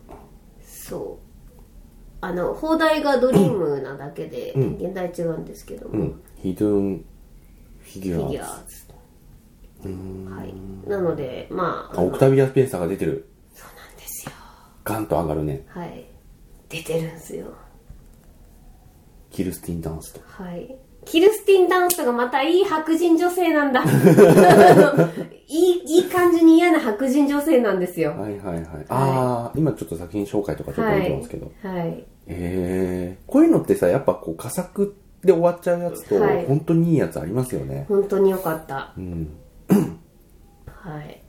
Speaker 2: そう。あの、放題がドリームなだけで、
Speaker 1: ん
Speaker 2: 現代違うんですけども、
Speaker 1: うんヒドゥンフィギ
Speaker 2: フィ
Speaker 1: ュア
Speaker 2: ギュアーズ。はい。なので、まあ、
Speaker 1: あオクタビア・スペンサーが出てる
Speaker 2: そうなんですよ。
Speaker 1: ガンと上がるね
Speaker 2: はい。出てるんですよ。
Speaker 1: キルスティン・ダンスと
Speaker 2: はい。キルスティン・ダンストがまたいい白人女性な
Speaker 1: <laughs>
Speaker 2: んだ。いい、いい感じに嫌な白人女性なんですよ。
Speaker 1: はいはいはいああ今ちょっと作品紹介とかちょっと見てますけど、
Speaker 2: はい。
Speaker 1: えー、こういうのってさやっぱこう佳作で終わっちゃうやつと、
Speaker 2: はい
Speaker 1: 本当にいいやつありますよね
Speaker 2: 本当に良かった
Speaker 1: う。ん
Speaker 2: はい。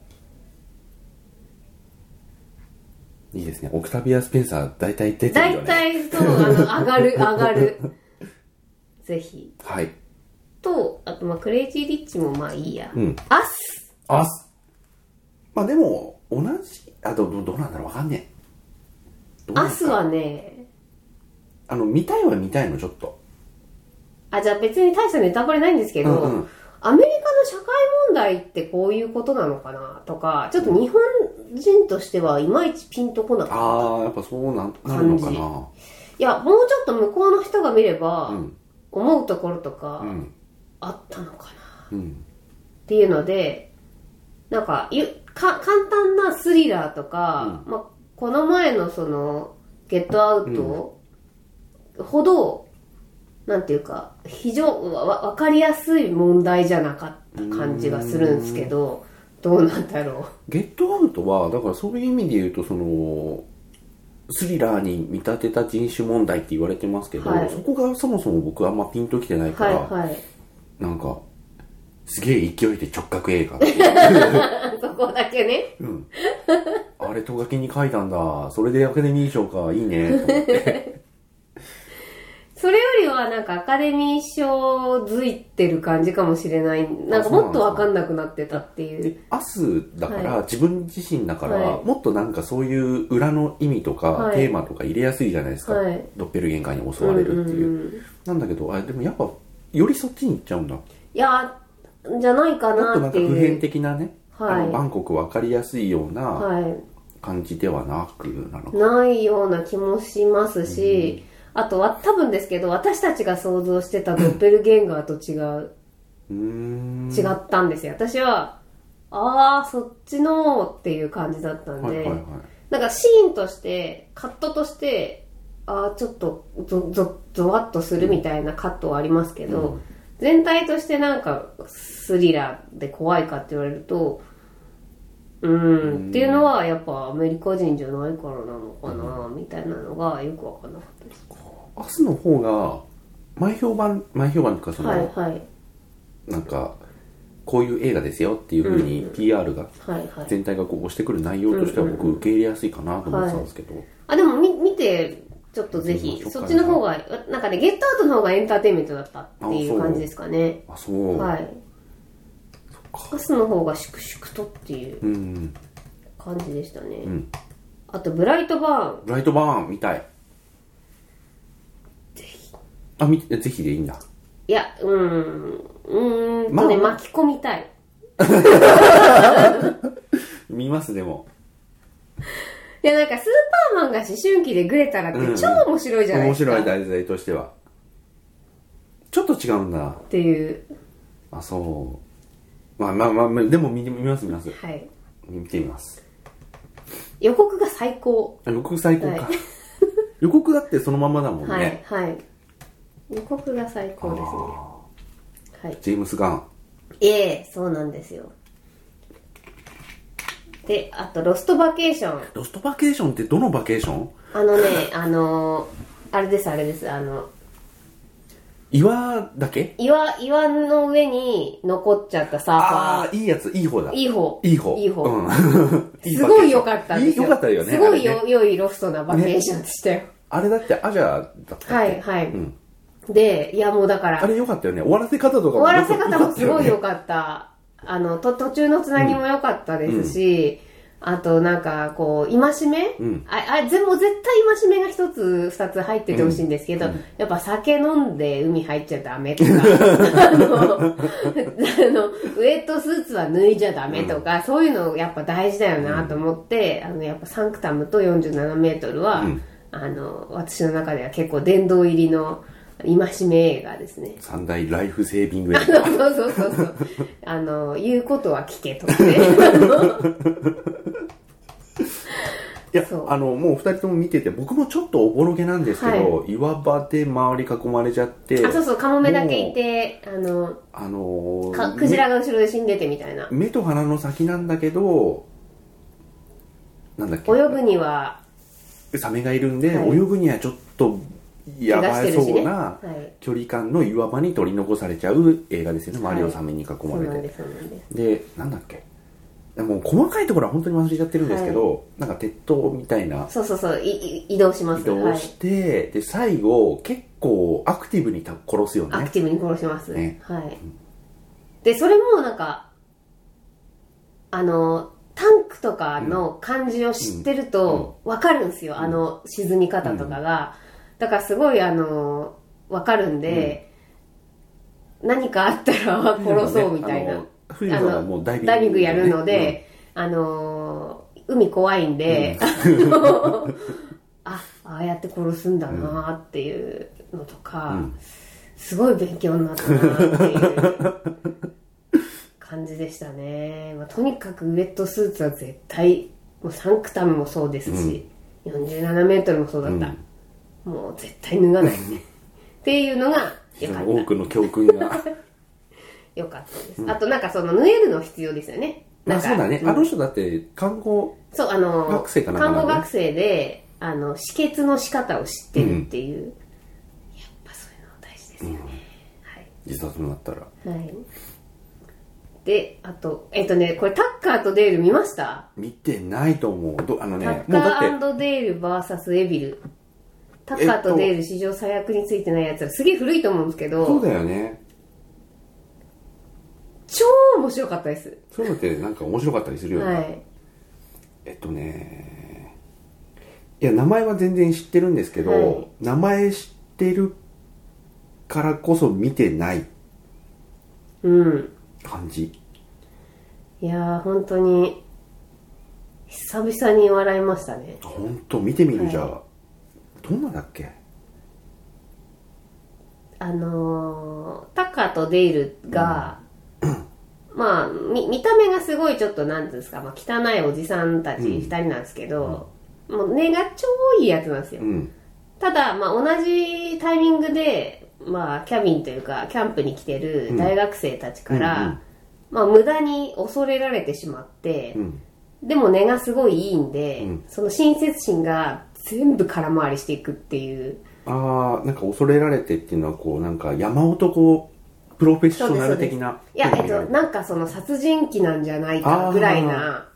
Speaker 1: いいですねオクタビア・スペンサー大体出てるよ
Speaker 2: 大
Speaker 1: ね
Speaker 2: 体、そう、あの、上が
Speaker 1: <laughs>
Speaker 2: る、上がる。ぜひ。
Speaker 1: はい
Speaker 2: と、あと、まあ、クレイジー・リッチもまあいいや。
Speaker 1: うん
Speaker 2: アス
Speaker 1: あすまあでも同じあどどどうなんだろうわかんねえどうなん
Speaker 2: ア
Speaker 1: だ
Speaker 2: スはね、
Speaker 1: あの見たいは見たいのちょっと
Speaker 2: あ、じゃあ別に大したネタバレないんですけど、
Speaker 1: うんうん
Speaker 2: アメリカの社会問題ってこういうことなのかなとか、ちょっと日本人としてはいまいちピンとこなかった。
Speaker 1: ああやっぱそうなんなるのかない
Speaker 2: や、もうちょっと向こうの人が見れば
Speaker 1: う、ん
Speaker 2: 思うところとか
Speaker 1: う、ん
Speaker 2: あったのかな
Speaker 1: うん
Speaker 2: っていうので、なんか、ゆか簡単なスリラーとか、まあ、この前のその、ゲットアウトほど、なんていうか、非常、わわわかりやすい問題じゃなかった感じがするんですけど、どうなんだろ
Speaker 1: ゲットアウトはだからそういう意味で言うとそのスリラーに見立てた人種問題って言われてますけど、
Speaker 2: はい
Speaker 1: そこがそもそも僕あんまピンときてないか
Speaker 2: はい
Speaker 1: ら、
Speaker 2: はい
Speaker 1: なんか、すげえ勢いで直角映画っていう。
Speaker 2: <laughs> あそこだけね
Speaker 1: うん。あれ、ト書きに書いたんだ。それでアカデミー賞か。いいね。と思って。
Speaker 2: それよりはなんかアカデミー賞づいてる感じかもしれないなんか
Speaker 1: そう
Speaker 2: も
Speaker 1: なんですか
Speaker 2: っとわかんなくなってたっていう
Speaker 1: アスだから、自分自身だから、
Speaker 2: はい
Speaker 1: もっとなんかそういう裏の意味とか、
Speaker 2: はい
Speaker 1: テーマとか入れやすいじゃないですか。
Speaker 2: はい
Speaker 1: ドッペルゲンカーに襲われるっていう。
Speaker 2: んんん
Speaker 1: なんだけど、あでもやっぱ、よりそっちに行っちゃうんだ。も
Speaker 2: いやじゃないか
Speaker 1: っと
Speaker 2: な
Speaker 1: なん
Speaker 2: っ
Speaker 1: か
Speaker 2: てい
Speaker 1: 普遍
Speaker 2: う
Speaker 1: 的なね、
Speaker 2: はい
Speaker 1: あのバンコクわかりやすいような
Speaker 2: は
Speaker 1: 感じではなくなのか
Speaker 2: い、ないような気もしますし、あとは多分ですけど私たちが想像してたドッペルゲンガーと違う
Speaker 1: うーん。
Speaker 2: 違ったんですよ私はああそっちのっていう感じだったんで、
Speaker 1: はいはいはい。
Speaker 2: なんかシーンとしてカットとしてああちょっとゾゾゾワッとするみたいなカットはありますけど、
Speaker 1: うん
Speaker 2: 全体としてなんかスリラーで怖いかって言われるとうーんっていうのはやっぱアメリカ人じゃないからなのかな、みたいなのがよくわかんなかったです
Speaker 1: アスの方が、前評判、前評判というかその、
Speaker 2: はいはい
Speaker 1: なんか、こういう映画ですよっていうふうに PR が、
Speaker 2: はいはい
Speaker 1: 全体がこう押してくる内容としては僕受け入れやすいかなと思ってたんですけど、
Speaker 2: あでもみ見てちょっとぜ
Speaker 1: 見
Speaker 2: ひ
Speaker 1: てみましょ
Speaker 2: そうっ
Speaker 1: か
Speaker 2: ちの方がなんかねゲットアウトの方がエンターテインメントだったってい
Speaker 1: あそうう
Speaker 2: 感じですかね
Speaker 1: あ、そう。
Speaker 2: はいガスの方が粛々とっていう
Speaker 1: うん。
Speaker 2: 感じでしたね、
Speaker 1: ん
Speaker 2: あとブライトバ
Speaker 1: ブライトバーンみたい。ぜひ。あ、み、ぜひでいいんだ。
Speaker 2: ーンいやうーんうーん
Speaker 1: ま
Speaker 2: と
Speaker 1: あ
Speaker 2: ね、巻き込みたい
Speaker 1: 見ます、でも。
Speaker 2: いやなんかスーパーマンが思春期でグレたらっ
Speaker 1: う
Speaker 2: て
Speaker 1: ん
Speaker 2: 超面白いじゃないで
Speaker 1: 面
Speaker 2: すか、
Speaker 1: 白い題材としては。ちょっと違うんだな。
Speaker 2: っていう
Speaker 1: あ、そう。まあまあまあまあ、でも見見ます、見ます。
Speaker 2: はい
Speaker 1: 見てみます。
Speaker 2: 予告が最高
Speaker 1: あ予告最高か。
Speaker 2: はい
Speaker 1: <laughs> 予告だってそのままだもんね。
Speaker 2: はい、はい予告が最高ですねはい
Speaker 1: ジェームス・ガン。
Speaker 2: ええそうなんですよであと「ロストバケーション」
Speaker 1: ロストバケーションってどのバケーション
Speaker 2: あのねあのーあれですあれですあの
Speaker 1: 岩だけ
Speaker 2: 岩岩の上に残っちゃったサーファー
Speaker 1: ああー、いいやつ、いい方だ。
Speaker 2: いい方。
Speaker 1: いい方。
Speaker 2: いい方。 <laughs>
Speaker 1: うん、
Speaker 2: すごい良かったんですよ。
Speaker 1: 良かったよね。
Speaker 2: すごい
Speaker 1: あれね
Speaker 2: よ良いロストなバケーションでしたよ。
Speaker 1: あれだってアジャだったっけ
Speaker 2: はい、はい、
Speaker 1: ん
Speaker 2: で、いやもうだか
Speaker 1: あ
Speaker 2: ら、
Speaker 1: れ良かったよね。終わらせ方とかも
Speaker 2: 終わらせ方もすごい
Speaker 1: 良
Speaker 2: 良
Speaker 1: かっ
Speaker 2: かった。あの、と、途中のつなぎも良かったですし、あとなんか、こう、戒め、
Speaker 1: うん
Speaker 2: あ、あ、全部絶対戒めが一つ、二つ入っててほしいんですけど、やっぱ酒飲んで海入っちゃダメと
Speaker 1: <laughs>
Speaker 2: か、あの、あの、ウエットスーツは脱いじゃダメとか、そういうのやっぱ大事だよなと思って、あの、やっぱサンクタムと47メートルは、
Speaker 1: うん
Speaker 2: あの、私の中では結構殿堂入りの戒め映画ですね。
Speaker 1: た。 <laughs> 三大ライフセービング
Speaker 2: <laughs> あのそうそうそうそう。あの、言うことは聞け
Speaker 1: <laughs>
Speaker 2: とかね。あの
Speaker 1: いや
Speaker 2: そう、
Speaker 1: あの、もう二人とも見てて、僕もちょっとおぼろげなんですけど、岩場で周り囲まれちゃって、
Speaker 2: あ、そうそう、カモメだけいて、あの、
Speaker 1: あのー
Speaker 2: かクジラが後ろで死んでてみたいな。
Speaker 1: 目目と鼻の先なんだけど、なんだっけ
Speaker 2: 泳ぐには
Speaker 1: サメがいるんで、
Speaker 2: はい
Speaker 1: 泳ぐにはちょっと
Speaker 2: 怪
Speaker 1: や
Speaker 2: 我し
Speaker 1: ば
Speaker 2: てる
Speaker 1: そ
Speaker 2: しね。
Speaker 1: うな
Speaker 2: はい。
Speaker 1: 距離感の岩場に取り残されちゃう映画ですよね、
Speaker 2: はい
Speaker 1: 周りをサメに囲
Speaker 2: そ
Speaker 1: ま
Speaker 2: う
Speaker 1: れて
Speaker 2: なんです、そうなんです。
Speaker 1: でなんだっけもう細かいところは本当に忘れちゃってるんですけど、なんか鉄塔みたいな
Speaker 2: そうそうそう、いい移動します。
Speaker 1: 移動して、で最後結構アクティブにた殺すよ
Speaker 2: はい。ア
Speaker 1: ね
Speaker 2: クティブに殺します。
Speaker 1: ね
Speaker 2: はい。で、それもなんか、あの、タンクとかの感じを知ってると、わかるんですよ、あの、沈み方とかが。だからすごい、あの、わかるんで、何かあったら殺そうみたいな。
Speaker 1: ねあの藤野さんはもうダイビング、
Speaker 2: ダイビングやるので、あのー海怖いんで、あのーあああやって殺すんだなーっていうのとか、
Speaker 1: うん
Speaker 2: すごい勉強になったなーっていう感じでしたね、 <laughs> まあ、とにかくウエットスーツは絶対もうサンクタムもそうですし、47メートルもそうだ
Speaker 1: うん、う
Speaker 2: っ
Speaker 1: ん
Speaker 2: た、もう絶対脱がな
Speaker 1: <laughs>
Speaker 2: いっていうのが
Speaker 1: 非
Speaker 2: 良
Speaker 1: 常
Speaker 2: かっ
Speaker 1: に多
Speaker 2: た
Speaker 1: くの教訓
Speaker 2: <laughs>
Speaker 1: が
Speaker 2: 良かったです、あとなんかその脱げるの必要ですよね
Speaker 1: ま
Speaker 2: な
Speaker 1: あ
Speaker 2: んか
Speaker 1: そうだね、
Speaker 2: ん
Speaker 1: あの人だって看護
Speaker 2: そう、あの、
Speaker 1: 学生かなんか
Speaker 2: 看
Speaker 1: な
Speaker 2: 護学生で、あの止血の仕方を知ってるっていう、やっぱそういうの大事ですよね、
Speaker 1: 自殺になったら
Speaker 2: はいはいであとえっとねこれタッカーとデール見ました
Speaker 1: 見てないと思うどあのね
Speaker 2: タッ
Speaker 1: もうだ
Speaker 2: カ
Speaker 1: って
Speaker 2: ーデール VS エビルタッカーとデール史上最悪についてないやつらすげえ古いと思うんですけ
Speaker 1: そう
Speaker 2: ど
Speaker 1: だよね
Speaker 2: 超面白かったです
Speaker 1: そういうのってなんか面白かったりするよね、
Speaker 2: はい
Speaker 1: えっとねいや名前は全然知ってるんですけど、
Speaker 2: はい
Speaker 1: 名前知ってるからこそ見てない
Speaker 2: うん
Speaker 1: 感じ
Speaker 2: いやー本当に久々に笑いましたね
Speaker 1: ほんと見てみるじゃあ、
Speaker 2: は
Speaker 1: どんなだっけ
Speaker 2: あのー、タッカーとデイルが、まあ見、見た目がすごいちょっと、なんていうんですか、まあ、汚いおじさんたち
Speaker 1: うん
Speaker 2: 二人なんですけど、もう根が超いいやつなんですよ。
Speaker 1: うん
Speaker 2: ただ、まあ、同じタイミングで、まあ、キャビンというか、キャンプに来てる大学生たちか
Speaker 1: う
Speaker 2: ら、
Speaker 1: んうん
Speaker 2: まあ、無駄に恐れられてしまって、
Speaker 1: うん
Speaker 2: でも根がすごいいいんで、
Speaker 1: うん
Speaker 2: その親切心が全部空回りしていくっていう、
Speaker 1: ああなんか恐れられてっていうのはこうなんか山男プロフェッショナル的ない
Speaker 2: や、えっと、
Speaker 1: な
Speaker 2: なんかその殺人鬼なんじゃないかぐらいな、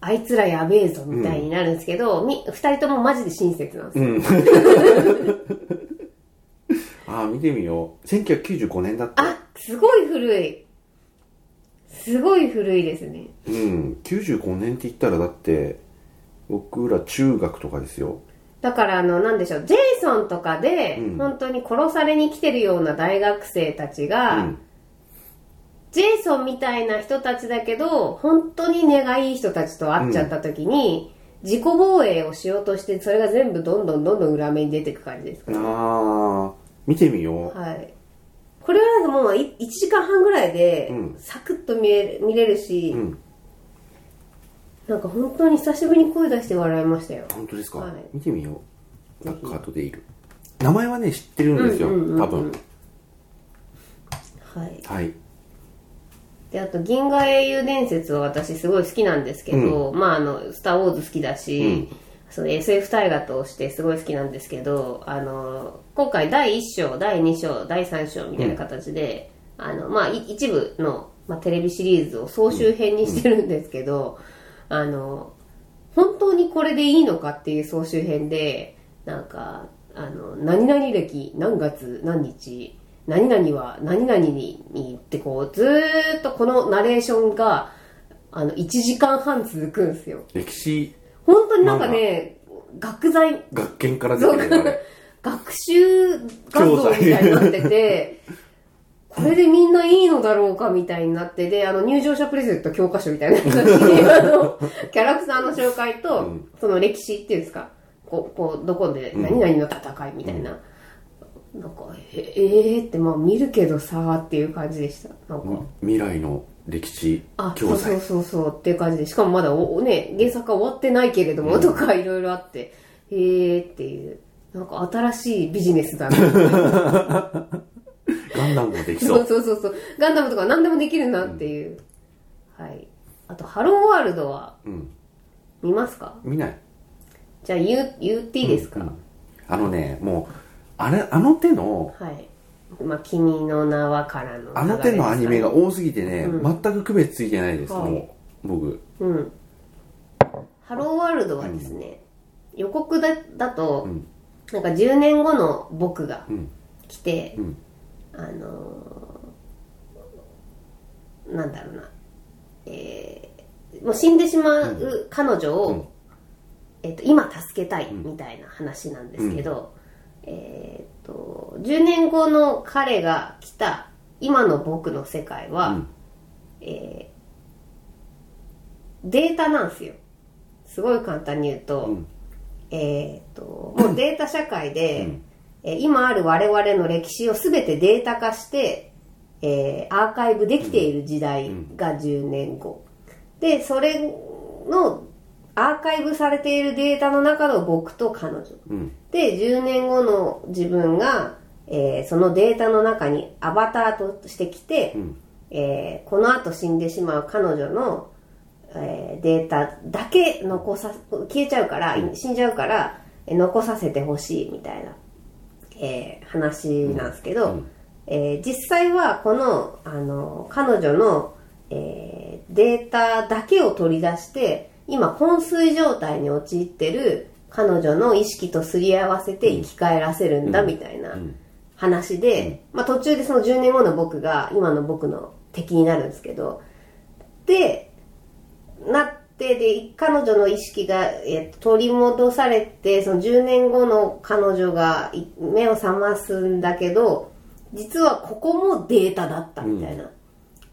Speaker 2: あいつらやべえぞみたいになるんですけど、み二人ともマジで親切なんです
Speaker 1: う
Speaker 2: よ。
Speaker 1: んああ見てみよう1995年だって
Speaker 2: あ、すごい古い。すごい古いですね。
Speaker 1: うん95年って言ったらだって僕ら中学とかですよ
Speaker 2: だからあの、なんでしょう、ジェイソンとかで
Speaker 1: う、ん
Speaker 2: 本当に殺されに来てるような大学生たち
Speaker 1: う
Speaker 2: が、
Speaker 1: ん
Speaker 2: ジェイソンみたいな人たちだけど、本当に根がいい人たちと会っちゃった時に、自己防衛をしようとして、それが全部どんどんどんどん裏目に出てく感じですかね。
Speaker 1: ああ見てみよう
Speaker 2: はい。これはもうい1時間半ぐらいで
Speaker 1: うん、
Speaker 2: サクッと見える見れるし、
Speaker 1: うん
Speaker 2: なんか本当に久しぶりに声出して笑いましたよ。
Speaker 1: 本当ですか、
Speaker 2: はい
Speaker 1: 見てみようダッカートでいる名前はね知ってるんですよ、
Speaker 2: うんうんうんうん
Speaker 1: 多分
Speaker 2: はい。
Speaker 1: はい
Speaker 2: で、あと、銀河英雄伝説は私すごい好きなんですけど、まあ、あの、スター・ウォーズ好きだし、その SF 大河としてすごい好きなんですけど、あの、今回第1章、第2章、第3章みたいな形で、あの、まあ、い一部の、まあ、テレビシリーズを総集編にしてるんですけど、あの、本当にこれでいいのかっていう総集編で、なんか、あの、何々歴、何月、何日、何々は何々ににってこう、ずーっとこのナレーションが、あの、1時間半続くんですよ。
Speaker 1: 歴史
Speaker 2: 本当になんかね、学材、
Speaker 1: 学研から出てるから
Speaker 2: <laughs> 学習画像みたいになってて、これでみんないいのだろうかみたいになってで、あの入場者プレゼント教科書みたいな感じ <laughs> で、あの、キャラクターの紹介と、
Speaker 1: うん
Speaker 2: その歴史っていうんですか、こう、こうどこで
Speaker 1: ん
Speaker 2: 何々の戦いみたいな。なんか、ええーって、まあ見るけどさーっていう感じでした。なんか、
Speaker 1: 未来の歴史
Speaker 2: あ、そ
Speaker 1: 教
Speaker 2: うそ
Speaker 1: 材
Speaker 2: うそうそうっていう感じで、しかもまだおおね、原作は終わってないけれども、とかいろいろあって、へーっていう、なんか新しいビジネスだな。
Speaker 1: ガンダムもでき <laughs> そ
Speaker 2: そう
Speaker 1: う
Speaker 2: そうそうそう。ガンダムとか何でもできるなっていう。はい。あと、ハローワールドは
Speaker 1: うん
Speaker 2: 見ますか
Speaker 1: 見ない
Speaker 2: じゃあ言う、言っていいですか、
Speaker 1: うんあのねもうあれあの手の
Speaker 2: はい。まあ、君の名はからの、
Speaker 1: あの手のアニメが。多すぎてね、
Speaker 2: うん
Speaker 1: 全く区別ついてないです、
Speaker 2: はい
Speaker 1: もう僕
Speaker 2: うん。ハローワールドはですね、予告だだ
Speaker 1: う
Speaker 2: と、
Speaker 1: ん
Speaker 2: なんか10年後の僕が
Speaker 1: うん
Speaker 2: 来て、
Speaker 1: うん
Speaker 2: あのーなんだろうな、えーもう死んでしまう彼女を、
Speaker 1: うん
Speaker 2: えっと今助けたいみたいな話なんですけど、えーっと10年後の彼が来た今の僕の世界は、
Speaker 1: うん
Speaker 2: えーデータなんですよすごい簡単に言うと、
Speaker 1: うん
Speaker 2: えーっともうデータ社会で、
Speaker 1: うん
Speaker 2: えー今ある我々の歴史を全てデータ化して、えーアーカイブできている時代が10年後、でそれのアーカイブされているデータの中の僕と彼女
Speaker 1: うん
Speaker 2: で10年後の自分が、えーそのデータの中にアバターとしてきて、
Speaker 1: うん
Speaker 2: えーこの後死んでしまう彼女の、えーデータだけ残さ消えちゃうから、死んじゃうからえー残させてほしいみたいな、えー話なんですけど、えー実際はこのあの彼女の、えーデータだけを取り出して今昏睡状態に陥ってる彼女の意識とすり合わせて生き返らせるんだみたいな話で、まあ、途中でその10年後の僕が今の僕の敵になるんですけどでなってで彼女の意識が、えっと取り戻されてその10年後の彼女がい目を覚ますんだけど実はここもデータだったみたいな、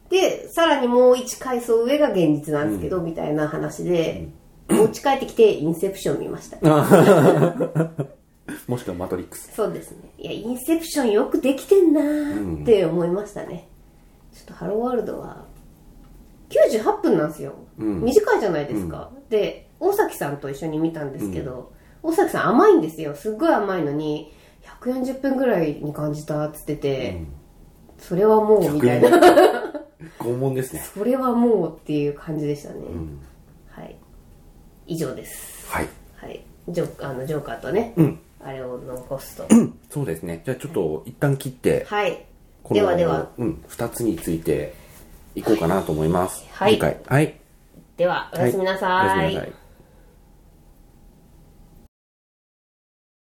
Speaker 2: でさらにもう1階層上が現実なんですけど、みたいな話で、持ち帰ってきてインセプション見ました
Speaker 1: もしくはマトリックス。
Speaker 2: そうですねいやインセプションよくできてんなーって思いましたね、ちょっとハローワールドは98分なんですよ、短いじゃないですか、で大崎さんと一緒に見たんですけど、大崎さん甘いんですよすっごい甘いのに140分ぐらいに感じたっつってて、それはもうみたいな
Speaker 1: 拷問 <laughs> ですね。
Speaker 2: それはもうっていう感じでしたね、はい以上です
Speaker 1: はい。
Speaker 2: はいジョーあのジョーカーとね、
Speaker 1: うん
Speaker 2: あれを残す <clears throat> と、
Speaker 1: そうですね。じゃあちょっと一旦切って、
Speaker 2: はい
Speaker 1: この
Speaker 2: ではでは
Speaker 1: うん、二つについていこうかなと思います。
Speaker 2: はい
Speaker 1: 次回はい。
Speaker 2: ではおやすみなさ
Speaker 1: はいおや
Speaker 2: い
Speaker 1: すみなさい